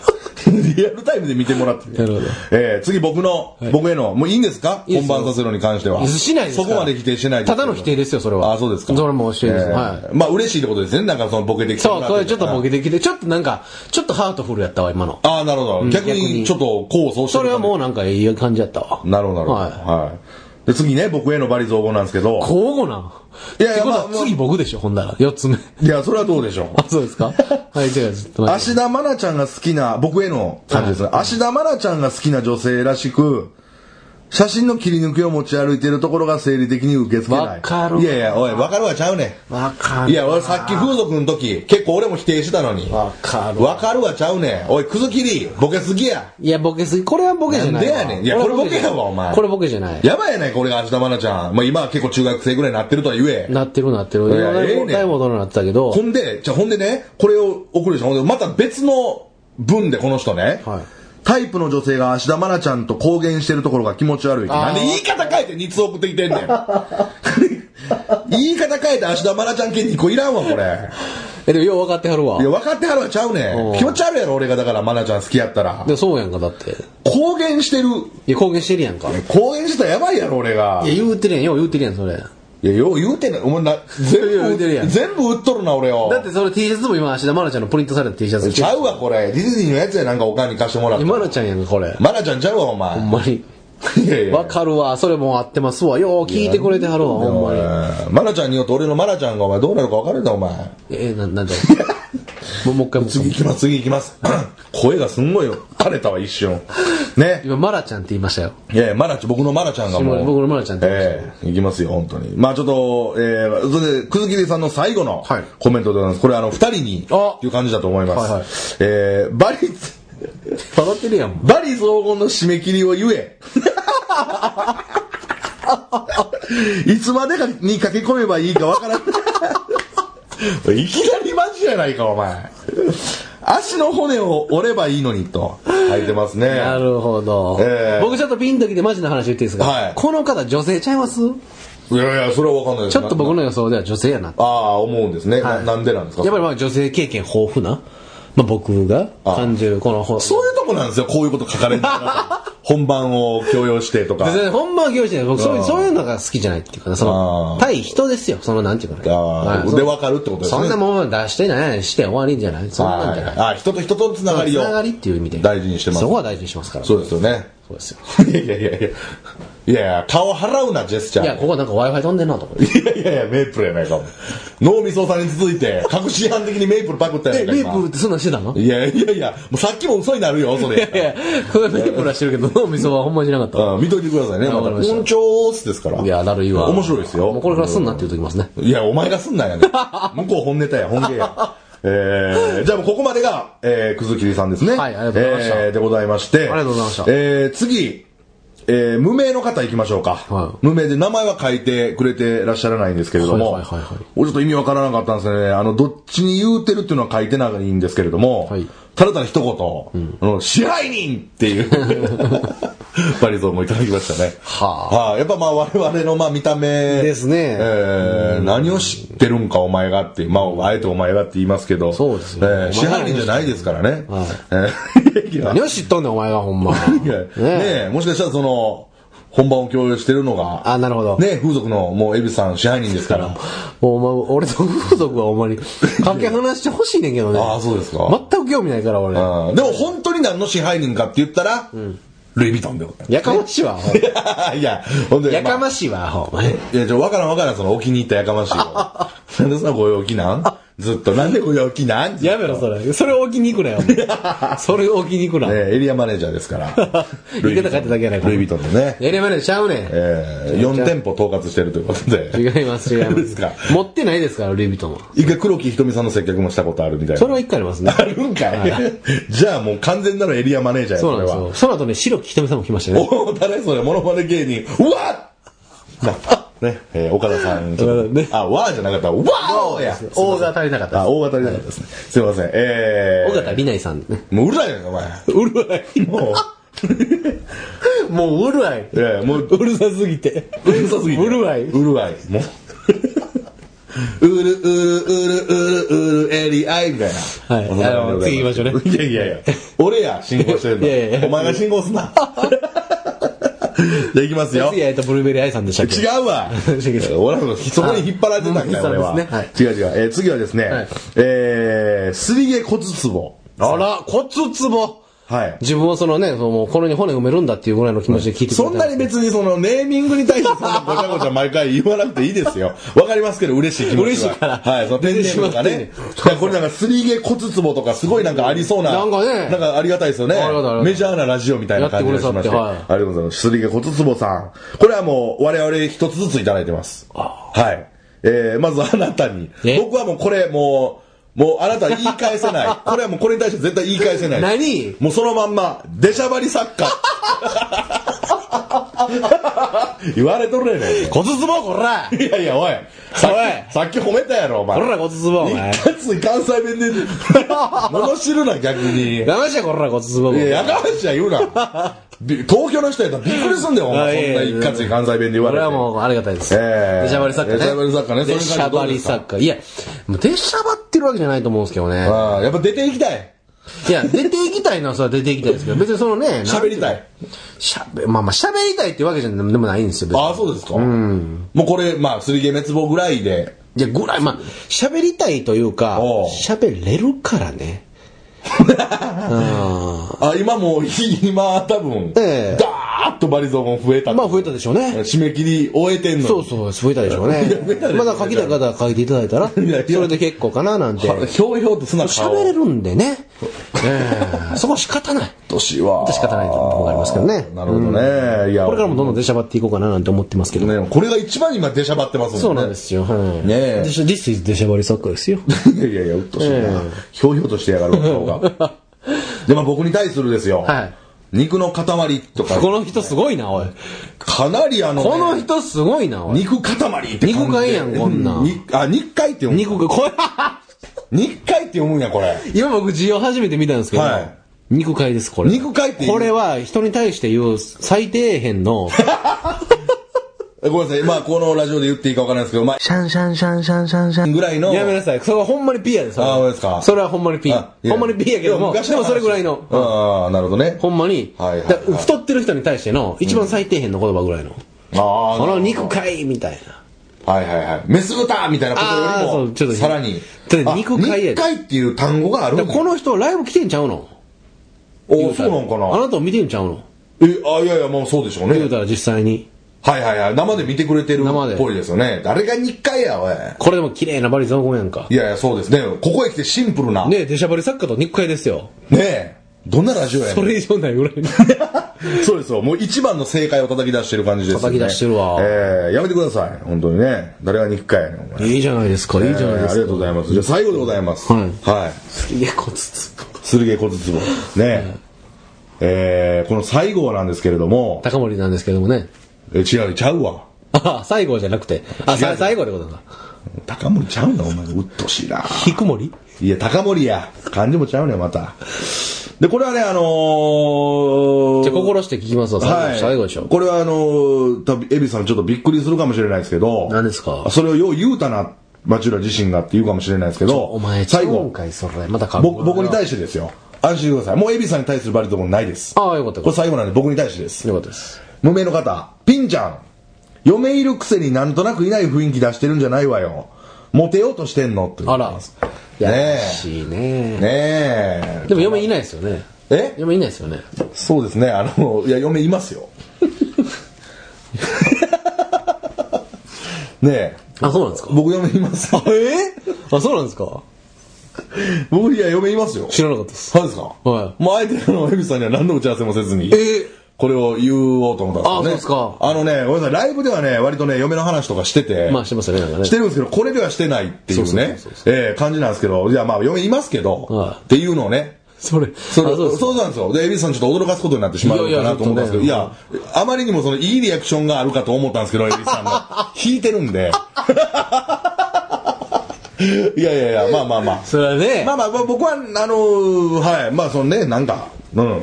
リアルタイムで見てもらってるなるほどえー次僕の、僕への、もういいんですかいいです本よ番させるのに関しては。しないですかそらこまで否定しない。ただの否定ですすよ、それは。あ、そうですか。それも否定です。えーはい。まあ、嬉しいってことですね。なんかそのボケてきてそう、これちょっとボケて。てきて、ちょっとなんか、ちょっとハートフルやったわ、今の。ああ、なるほど。逆逆に、にちょっと、構想してそれはもう。うなんかいい感じやったわ。なるほど、なるほど。ははいい。で、次ね、僕への罵詈雑言なんですけど。交互なん。いやいやってことはまあ次僕でしょ、ほんなら。四つ目。いや、それはどうでしょう。あ、そうですか はい、じゃあ、ちょっと待って。芦田愛菜ちゃんが好きな、僕への感じですね。芦田愛菜ちゃんが好きな女性らしく、写真の切り抜きを持ち歩いているところが生理的に受け付けない。わかるわいやいや、おい、わかるわちゃうねわかん。いや、俺さっき風俗の時、結構俺も否定してたのに。わかるわかるわちゃうねん。おい、くずきり、ボケすぎや。いや、ボケすぎ。これはボケじゃないわ。なんでやねんいやこれボケやわお前これボケじゃない。やばいやないか、俺が芦田愛菜ちゃん。まあ今は結構中学生ぐらいになってるとは言え。なってるなってる。いやいろいええねろん大元になってたけどほ。んで、じゃあほんでね、これを送るでしょ。ほんで、また別の文でこの人ね。はいタイプの女性が芦田愛菜ちゃんと公言してるところが気持ち悪い。あーなんで言い方変えて2つ送ってきてんねん。 言い方変えて芦田愛菜ちゃん系2個いらんわ、これ。え、でもよう分かってはるわい。や、分かってはるわちゃうねおん。う気持ち悪いやろ、俺がだから愛菜ちゃん好きやったら。で、そうやんか、だって。公言してる。いや、公言してるやんか。いや、公言してたらやばいやろ、俺が。い言うてるやん。よう言うてるやん、それ。だや、よう言うてんねん。お前な、全いや言部うてるや、ん全部売っとるな、俺を。ってそれ T シャツも今、芦田愛菜ちゃんのプリントされた T シャツ着てちるゃうわ、これ。ディズニーのやつや、なんかおかんに貸してもらった。今愛菜ちゃんやんか、これ。愛菜ちゃんちゃうわ、お前。ほんまに。いやいや。わかるわ。それもう合ってますわ。よう聞いてくれてはるわ、ほんまに。に。マナちゃんによって俺のマナちゃんがお前どうなるか分かるんだお前。え、な、なんだよ もうもう一回もう一次回。行きます、次行きます。 声がすんごいよ。垂れたわ、一瞬。ね。今、マラちゃんって言いましたよ。いやいや、マナちゃん、僕のマナちゃんがもう。僕のマナちゃんって言いましたええ行きますよ、本当に。まあちょっと、えー、それで、くずきりさんの最後のはいコメントでございます。これ、あの、二人に、あいう感じだと思います。はいはいえー、バリ、揃ってるやん。もうバリ荘厳の締め切りを言 え。いつまでかに駆け込めばいいかわからない。いきなりマジじゃないか、お前。足の骨を折ればいいのにと書いてますね。なるほどええ。僕ちょっとピンときてマジな話言っていいですはいかこの方女性ちゃいますいやいや、それはわかんないですちょっと僕の予想では女性やな。ああ、思うんですね、はいな。なんでなんですかやっぱりまあ女性経験豊富な、まあ、僕があ感じるこの本。そういうとこなんですよ、こういうこと書かれるのが 本番を強要してとか。別に本番は業じゃない僕そういあーうそういうのが好きじゃないっていうかなそあのー対人ですよそのなんていうかね、あーはいでわかるってことですねそんなもん出してないして終わりじゃないそんなんじゃないはいあ、人と人とのつながりを。つながりっていう意味で大事にしてますそこは大事にしますからそうですよね。こですよ。いやいやいやいや。いやいや、顔払うな、ジェスチャー。いや、ここなんか Wi-Fi 飛んでんなと思って。いやいやいや、メイプルやないかも。脳みそさんに続いて、隠し犯的にメイプルパクったやなえ、いかメイプルっ今。てそんなんしてたの いやいやいや、もうさっきも嘘になるよ、それ。いや、これメイプルはしてるけど、脳みそはほんまにしなかった。うん、見といてくださいね。まわた、かりました音調ーすですから。いや、だるいわ。面白いですよもうこれからすんなって言うときますね。いや、お前がすんなや ね。向こう本ネタや、本芸や。えー、じゃあもうここまでが、えー、くずきりさんですね。はいありがとうございましたえーでございまして。ありがとうございましたえー、次、えー、無名の方行きましょうか。はい無名で名前は書いてくれてらっしゃらないんですけれども、はいはいはいはいもうちょっと意味わからなかったんですよね。あの、どっちに言うてるっていうのは書いてないんですけれども、はいただただ一言、あの支配人って いう、バリゾーンもいただきましたね。ははい、やっぱまあ我々のまあ見た目ですねえー何を知ってるんかお前がって、まああえてお前がって言いますけど、そうですよえー支配人じゃないですからね。はいえーい や何を知っとんねん、お前がほんま。いやねねえもしかしたらその本番を共有してるのが、あ、なるほど。ねえ風俗のもうエビさん支配人ですから。もうお前、俺と風俗はほんまに、かけ離してほしいねんけどね。ああそうですか全く興味ないから、俺。うんでも本当に何の支配人かって言ったら、ルイ・ヴィトンでございやかましいわ、ほんまます。 いや、ほんで、やかまあましいわ、ほんまに。いや、ちょ、わからんわからん、その、お気に入ったやかましい わ。なんでそのご陽気なんずっと、なんでご陽気なんやめろ、それ。それ置きに行くなよ。 それ置きに行くな。 ね、エリアマネージャーですから。言い方変えただけやないかルイ・ヴィトンでね。やりまでちゃうねん。えー、4店舗統括してるということで。違います、違いまそうですすか。持ってないですから、ルイ・ヴィトンは。一回黒木ひとみさんの接客もしたことあるみたいな。それは一回あります ね。あるんかい。 じゃあもう完全なるエリアマネージャーや、そうなんですれはよ。その後ね、白木ひとみさんも来ましたね。おお、誰それ、モノマネ芸人。うわっなね、えー岡田さん。ちょっと岡田ねあ、わーじゃなかった。わーや。大が足りなかったあ、です。大型になかったですね。すいません。えー。尾形里奈さんね。もううるさいよ、お前。うるわい。ももう、うるわい。う、いやいやもう、うるさすぎて。うるさすぎてうるわいうるわい。も う。うるうるうるうるうるエリアイみたいな。はいお疲れ様でございすあの次行きましょう。いやいやいや。俺や、進行してるの。いやいやいやお前が進行す な。じゃあ行きますよ次。えっと、ブルーベリーアイさんでしたっけ違うわ。違う俺はそこに引っ張られてたんだよ、はい俺は。そうですねは違うい違う。えー次はですね、はいえー、すりげ骨つぼ。あら、骨つぼはい。自分はそのね、その、これに骨埋めるんだっていうぐらいの気持ちで聞いてくれたそんなに別にそのネーミングに対してそんなごちゃごちゃ毎回言わなくていいですよ。わかりますけど嬉しい気持ちは。嬉しいからはい、そのペンネームとかね。いやこれなんかすりげ骨つぼとかすごいなんかありそうな。なんかねなんかありがたいですよねありがたいありがた。いメジャーなラジオみたいな感じがしまして。やってくれさありがとうございます。すりげ骨つぼさん。これはもう我々一つずついただいてます。はい。えー、まずあなたに。え僕はもうこれもう、もうあなたは言い返せない。これはもうこれに対して絶対言い返せない。 何もうそのまんま、出しゃばり作家。言われとるやねん。骨つぼこらいやいや、おい。さっき、さっき褒めたやろ、お前。こら骨つぼお前一括に関西弁で、 物知るな、逆に。いやましやこら骨つぼや、やかましいや言うな。び東京の人やったらびっくりすんだよ、おあいや前。いそやんな一括に関西弁で言わこれれて。はもうありがたいです。ええでしゃばり作家ね。でしゃばり作家ねそれでに関ししてはゃどうばでりすか作家。いや、もうでしゃばってるわけじゃないと思うんですけどね。ああやっぱ出ていきたい。いや、出ていきたいのはそれは出ていきたい ですけど、別にそのね、喋りたい。しゃべ、まあまあ喋りたいっていうわけじゃでもないんですよ、別にああ、そうですか。もうこれ、まあ、すりげ滅亡ぐらいで。いや、ぐらい、まあ、喋りたいというかおう、喋れるから ね。うんあ、今もう、今、多分、ええダーッとバリゾーン増えた。まあ増えたでしょうね。締め切り終えてんのに。そうそう、増えたでしょうね増えたでしょう。ねまだ書きたい方は書いていただいたら、そいやいやれで結構かななんて。はひょうひょうと素直喋れるんでね。ええ そこは仕方ない。年は。仕方ないとこがありますけどねなるほどね。いや、これからもどんどん出しゃばっていこうかななんて思ってますけど。ね、これが一番今出しゃばってますもんね。そうなんですよ。はねいえでしょ This is 出しゃばりサッカーですよ。す。いやいやいや、うっとうしいな。ひょうひょうとしてやがる顔 が。で、まあ僕に対するですよ。はい肉の塊とか、この人すごいな、おい。かなりあのね、この人すごいな、おい。肉塊って感じで肉塊やんこんなんにあ、肉塊って読む。肉が、これ、肉塊って読むんや、これ。今僕需要初めて見たんですけど、はい肉塊です、これ。肉塊って言うこれは人に対して言う最底辺の、えごめんなさい。まあ、このラジオで言っていいかわからないですけど、まあ、シャンシャンシャンシャンシャンシャンぐらいの。やめなさい、それはほんまに P やで、それはあそうですかそれはほんまに P。あいやほんまに P やけども、いでや昔の話もそれぐらいの。ああ、なるほどね。ほんまに、はいはいだから太ってる人に対しての一番最底辺の言葉ぐらいの。ああ。この肉かいみたいな。はいはいはい。メス豚みたいなあことよーそうりちょっも、とさらに。ちょっと肉塊あやで肉塊っていう単語があるだんかだらこの人ライブ来てんちゃうのおーそうなんかあななたを見てんちゃうのえ、あ、いやいや、まあそうでしょうね言。うたら実際に。はいはいはい。生で見てくれてる生でっぽいですよね。誰が日回や、おい。これでも綺麗なバリ雑言やんか。いやいや、そうですね。ここへ来てシンプルな。ねねえ、出しゃばり作家と日課ですよ。え。どんなラジオやそねん。れ以上ないぐらいの。 そうですよ。もう一番の正解を叩き出してる感じですよね。叩き出してるわええやめてください。本当にね。誰が日回やねん、お前。いいじゃないですか、いいじえゃないでーありすがとうございます。じゃあ最後でございます。はいはい。か。いや、こつつ。すりげ小筒棒。ねえ。えー、この最後なんですけれども、高森なんですけどもね。え違う、ちゃうわ。あ、最後じゃなくて。あ、さ最後ってことだ。高森ちゃうな、お前。うっとうしいな。ひくもりいや、高森や。漢字もちゃうねん、また。で、これはね、あのー、じゃあ、心して聞きますわ。最後、はい。最後でしょ。これはあのー、多分エビさんちょっとびっくりするかもしれないですけど。何ですかそれをよう言うたな、マチュラ自身がって言うかもしれないですけど。お前、最今後、回それ、またか僕僕に対してですよ。安心してください。もうエビさんに対するバリともないです。ああ、よかったよこかれっ最後なんで僕に対してですた。。よかったです。無名の方、ピンちゃん。嫁いるくせになんとなくいない雰囲気出してるんじゃないわよ。モテようとしてんのって。あら。やらしいね。ねえ。でも、嫁いないですよね。え嫁いないですよね。そうですね。あの、いや、嫁いますよ。 ねえ。あ、そうなんですか僕嫁います。えあ、そうなんですか僕、いや、嫁いますよ。知らなかったです。そうですか。はいもう、あえて、あの、エビさんには何の打ち合わせもせずに。えこれを言おうと思ったんですけどね。あそうですかあのね、ごめんなさい、ライブではね、割とね、嫁の話とかしてて。まあ、してますよね、なんかね。してるんですけど、これではしてないっていうねそうそうそうそ、ええ感じなんですけど、いや、まあ、嫁いますけどは、いっていうのをね、それ、そあのそそううですかなんですよ。で、エビさんちょっと驚かすことになってしまういやかいやなと思ったんですけど、いちやょあまりにもその、いいリアクションがあるかと思ったんですけど、エビさんの。引いてるんで。 いやいやいや、まあまあまあ。それはねまあ、まあ、まあ僕は、あのーはい、まあ、そのね、なんか、うん。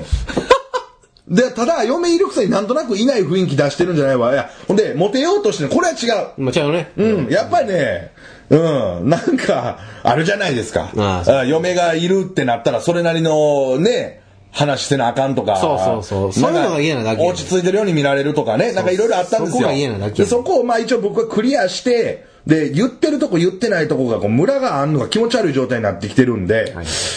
で、ただ、嫁いるくせになんとなくいない雰囲気出してるんじゃないわ。いや、ほんで、モテようとしてる、これは違う。まあ、ちゃうよね。うん、やっぱりね、うん、なんか、あるじゃないですか。ああそうあ嫁がいるってなったら、それなりの、ね、話してなあかんとか。そうそうそうそういうのが嫌なだけんか落ち着いてるように見られるとかね、なんかいろいろあったんですよ。そこが嫌なだけでそこをまあ一応僕はクリアして、で、言ってるとこ言ってないとこが、こう、ムラがあんのが気持ち悪い状態になってきてるんで、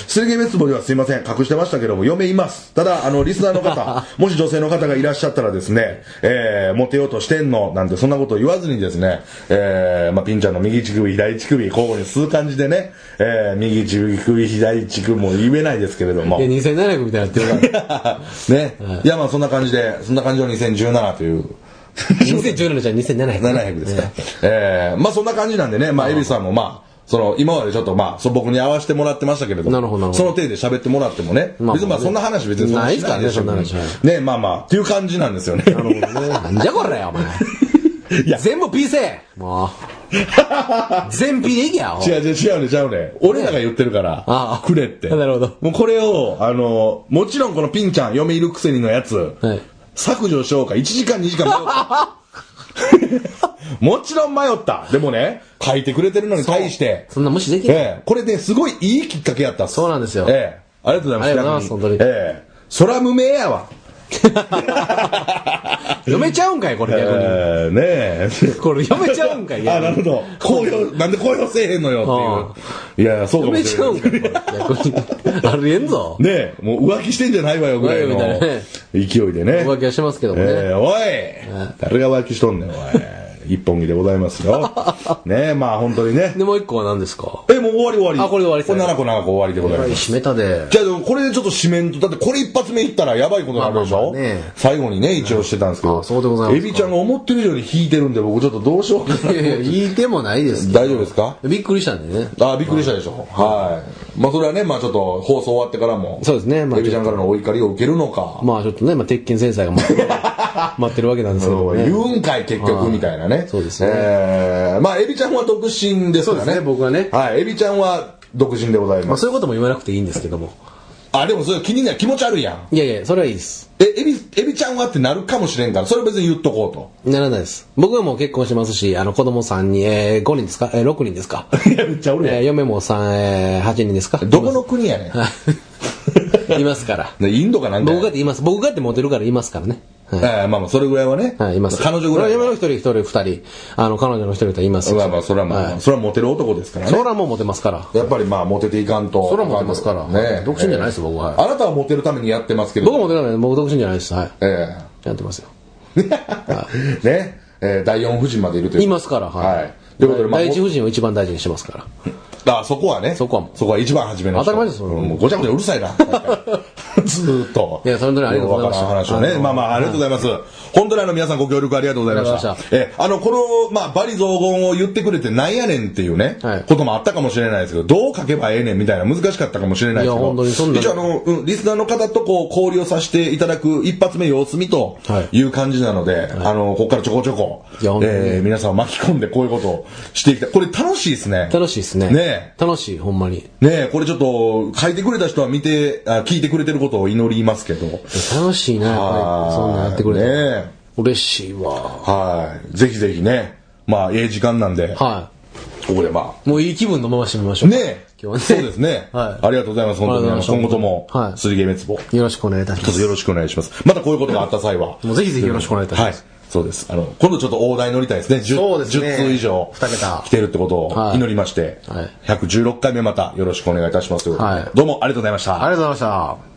水源別母ではすいません、隠してましたけども、嫁います。ただ、あの、リスナーの方、もし女性の方がいらっしゃったらですね、えー、モテようとしてんの、なんてそんなことを言わずにですね、えー、まあ、ピンちゃんの右乳首、左乳首、交互に吸う感じでね、えー、右乳首、左乳首も言えないですけれどもい、や、2700みたいになってるから。 ね、いや、まあ、そんな感じで、そんな感じの2017という、 2017じゃ2700。 700ですか。ええまあそんな感じなんでね、まあエビさんもまあ、その今までちょっとまあ、そう僕に合わせてもらってましたけれども、なるほどなるほどその程度喋ってもらってもね、まあ別にまあまあねそんな話別にないですからねしないでしそんょなう話ね、まあまあ、っていう感じなんですよね。なんじゃこれお前。いや全部 P せ もう。全 P でいけや、お い違う違う違うね、違うね。俺らが言ってるから、ああくれって。 なるほどもうこれを、あの、もちろんこのピンちゃん、嫁いるくせにのやつ、はい削除しようか、1時間2時間迷った。 もちろん迷った。でもね、書いてくれてるのに対して、そんな無視できない。ええ、これね、すごいいいきっかけやったっすそうなんですよええ、ありがとうございます。ありがとうございますちなみに本当にええ、そら無名やわ。読めちゃうんかい、これ逆に。ええ、ねえ。これ読めちゃうんかい、あ、なるほど。公 表、なんで公表せえへんのよっていう。いや、そうか読もしめちゃれうなんいかい、これ逆に。 ありえんぞ。ねえ、もう浮気してんじゃないわよぐら いの浮気みたいなね勢いでね。浮気はしてますけどもええね。おい誰が浮気しとんねん、おい。一本木でございます よ。ねえ、まあ本当にね。で、もう一個は何ですかえ、もう終わり終わり。あこれで終わりこれ7個7個終わりでございます。閉めたで。じゃあでもこれでちょっと締めんと、だってこれ一発目いったらやばいことになるでしょ、まあまあまあね最後にね、一応してたんですけど。あそうでございますかエビちゃんが思ってる以上に引いてるんで、僕ちょっとどうしようかいやいや、な。言いてもないですけど大丈夫ですかびっくりしたんでね。あびっくりしたでしょ。はい。まあそれはね、まあちょっと放送終わってからも。そうですねまあエビちゃんからのお怒りを受けるのか。まあちょっとね、まあ、鉄拳制裁が 待ってる待ってるわけなんですけどもね。言うんかい結局みたいなね。そうですねえーまあエビちゃんは独身ですからね。そうですね僕はねはい、エビちゃんは独身でございままあ、す。そういうことも言わなくていいんですけども。あ、でもそれ気になる、気持ち悪いやん。いやいや、それはいいです。え、エビ、エビちゃんはってなるかもしれんから、それ別に言っとこうと。ならないです。僕はもう結婚してますし、あの子供3人、えー、5人ですかえー、6人です かいや、めっちゃおるやんえー、嫁も3、えー、8人ですかどこの国やねん。 いますから。ねインドかなんか僕や。かって言います。僕かってモテるから言いますからね。ええまあまあ、それぐらいはね。はい、います。彼女ぐらい嫁のは。一人、一人、二人。あの、彼女の一人といます。まあまあ、それはまあ、はいそれはモテる男ですからそれね。はもうモテますから。やっぱりまあ、モテていかんと。それはモテますからねはい独身じゃないです僕はあなたはモテるためにやってますけど。僕はモテない僕独身じゃないです。はい。えやってますよ。え。 ね。えー第4夫人までいるという。いますから、ははいい。ということでまあ第一夫人を一番大事にしてますから。あそこはね。そこはもうそこは一番初めの人。当たり前ですようんもうごちゃごちゃうるさいな。 ずーっと。いやそれぞれありがとうございましたわからん話をね。あのまあまあ、ありがとうございます。本当にあの皆さんご協力ありがとうございましあたりがとう。え、あの、この、まあ、バリ雑言を言ってくれてなんやねんっていうねはい、こともあったかもしれないですけど、どう書けばええねんみたいな難しかったかもしれないですけいや本ど、当にそんな一応あの、うんリスナーの方とこう、交流をさせていただく一発目様子見という感じなので、あの、ここからちょこちょこ、いや本当にえー皆さんを巻き込んでこういうことをしていきたい。これ楽しいですね。楽しいですね。ね楽しい、ほんまに。ねえ、これちょっと、書いてくれた人は見て、あ聞いてくれてることを祈りますけど。楽しいな、やっぱはいり。そんなんやってくれて。ね嬉しいわ。えはい。ぜひぜひね。まあ、ええ時間なんで、こはこでまい。もういい気分のまま締めましあ。ょう。ねえ。今日そはねうですね。はいありがとうございます。本当にあありの。がとう今後ござといまもしたは、い水芸滅亡、よろしくお願いいたしま一つす。よろしくお願いします。またこういうことがあった際は。もうぜひぜひよろしくお願いいたします。はい。そうです。あの、今度ちょっと大台乗りたいですね。10, そうですね10通以上二桁来てるってことをはい祈りまして、はい116回目またよろしくお願いいたします。ということではいどうもありがとうございました。ありがとうございました。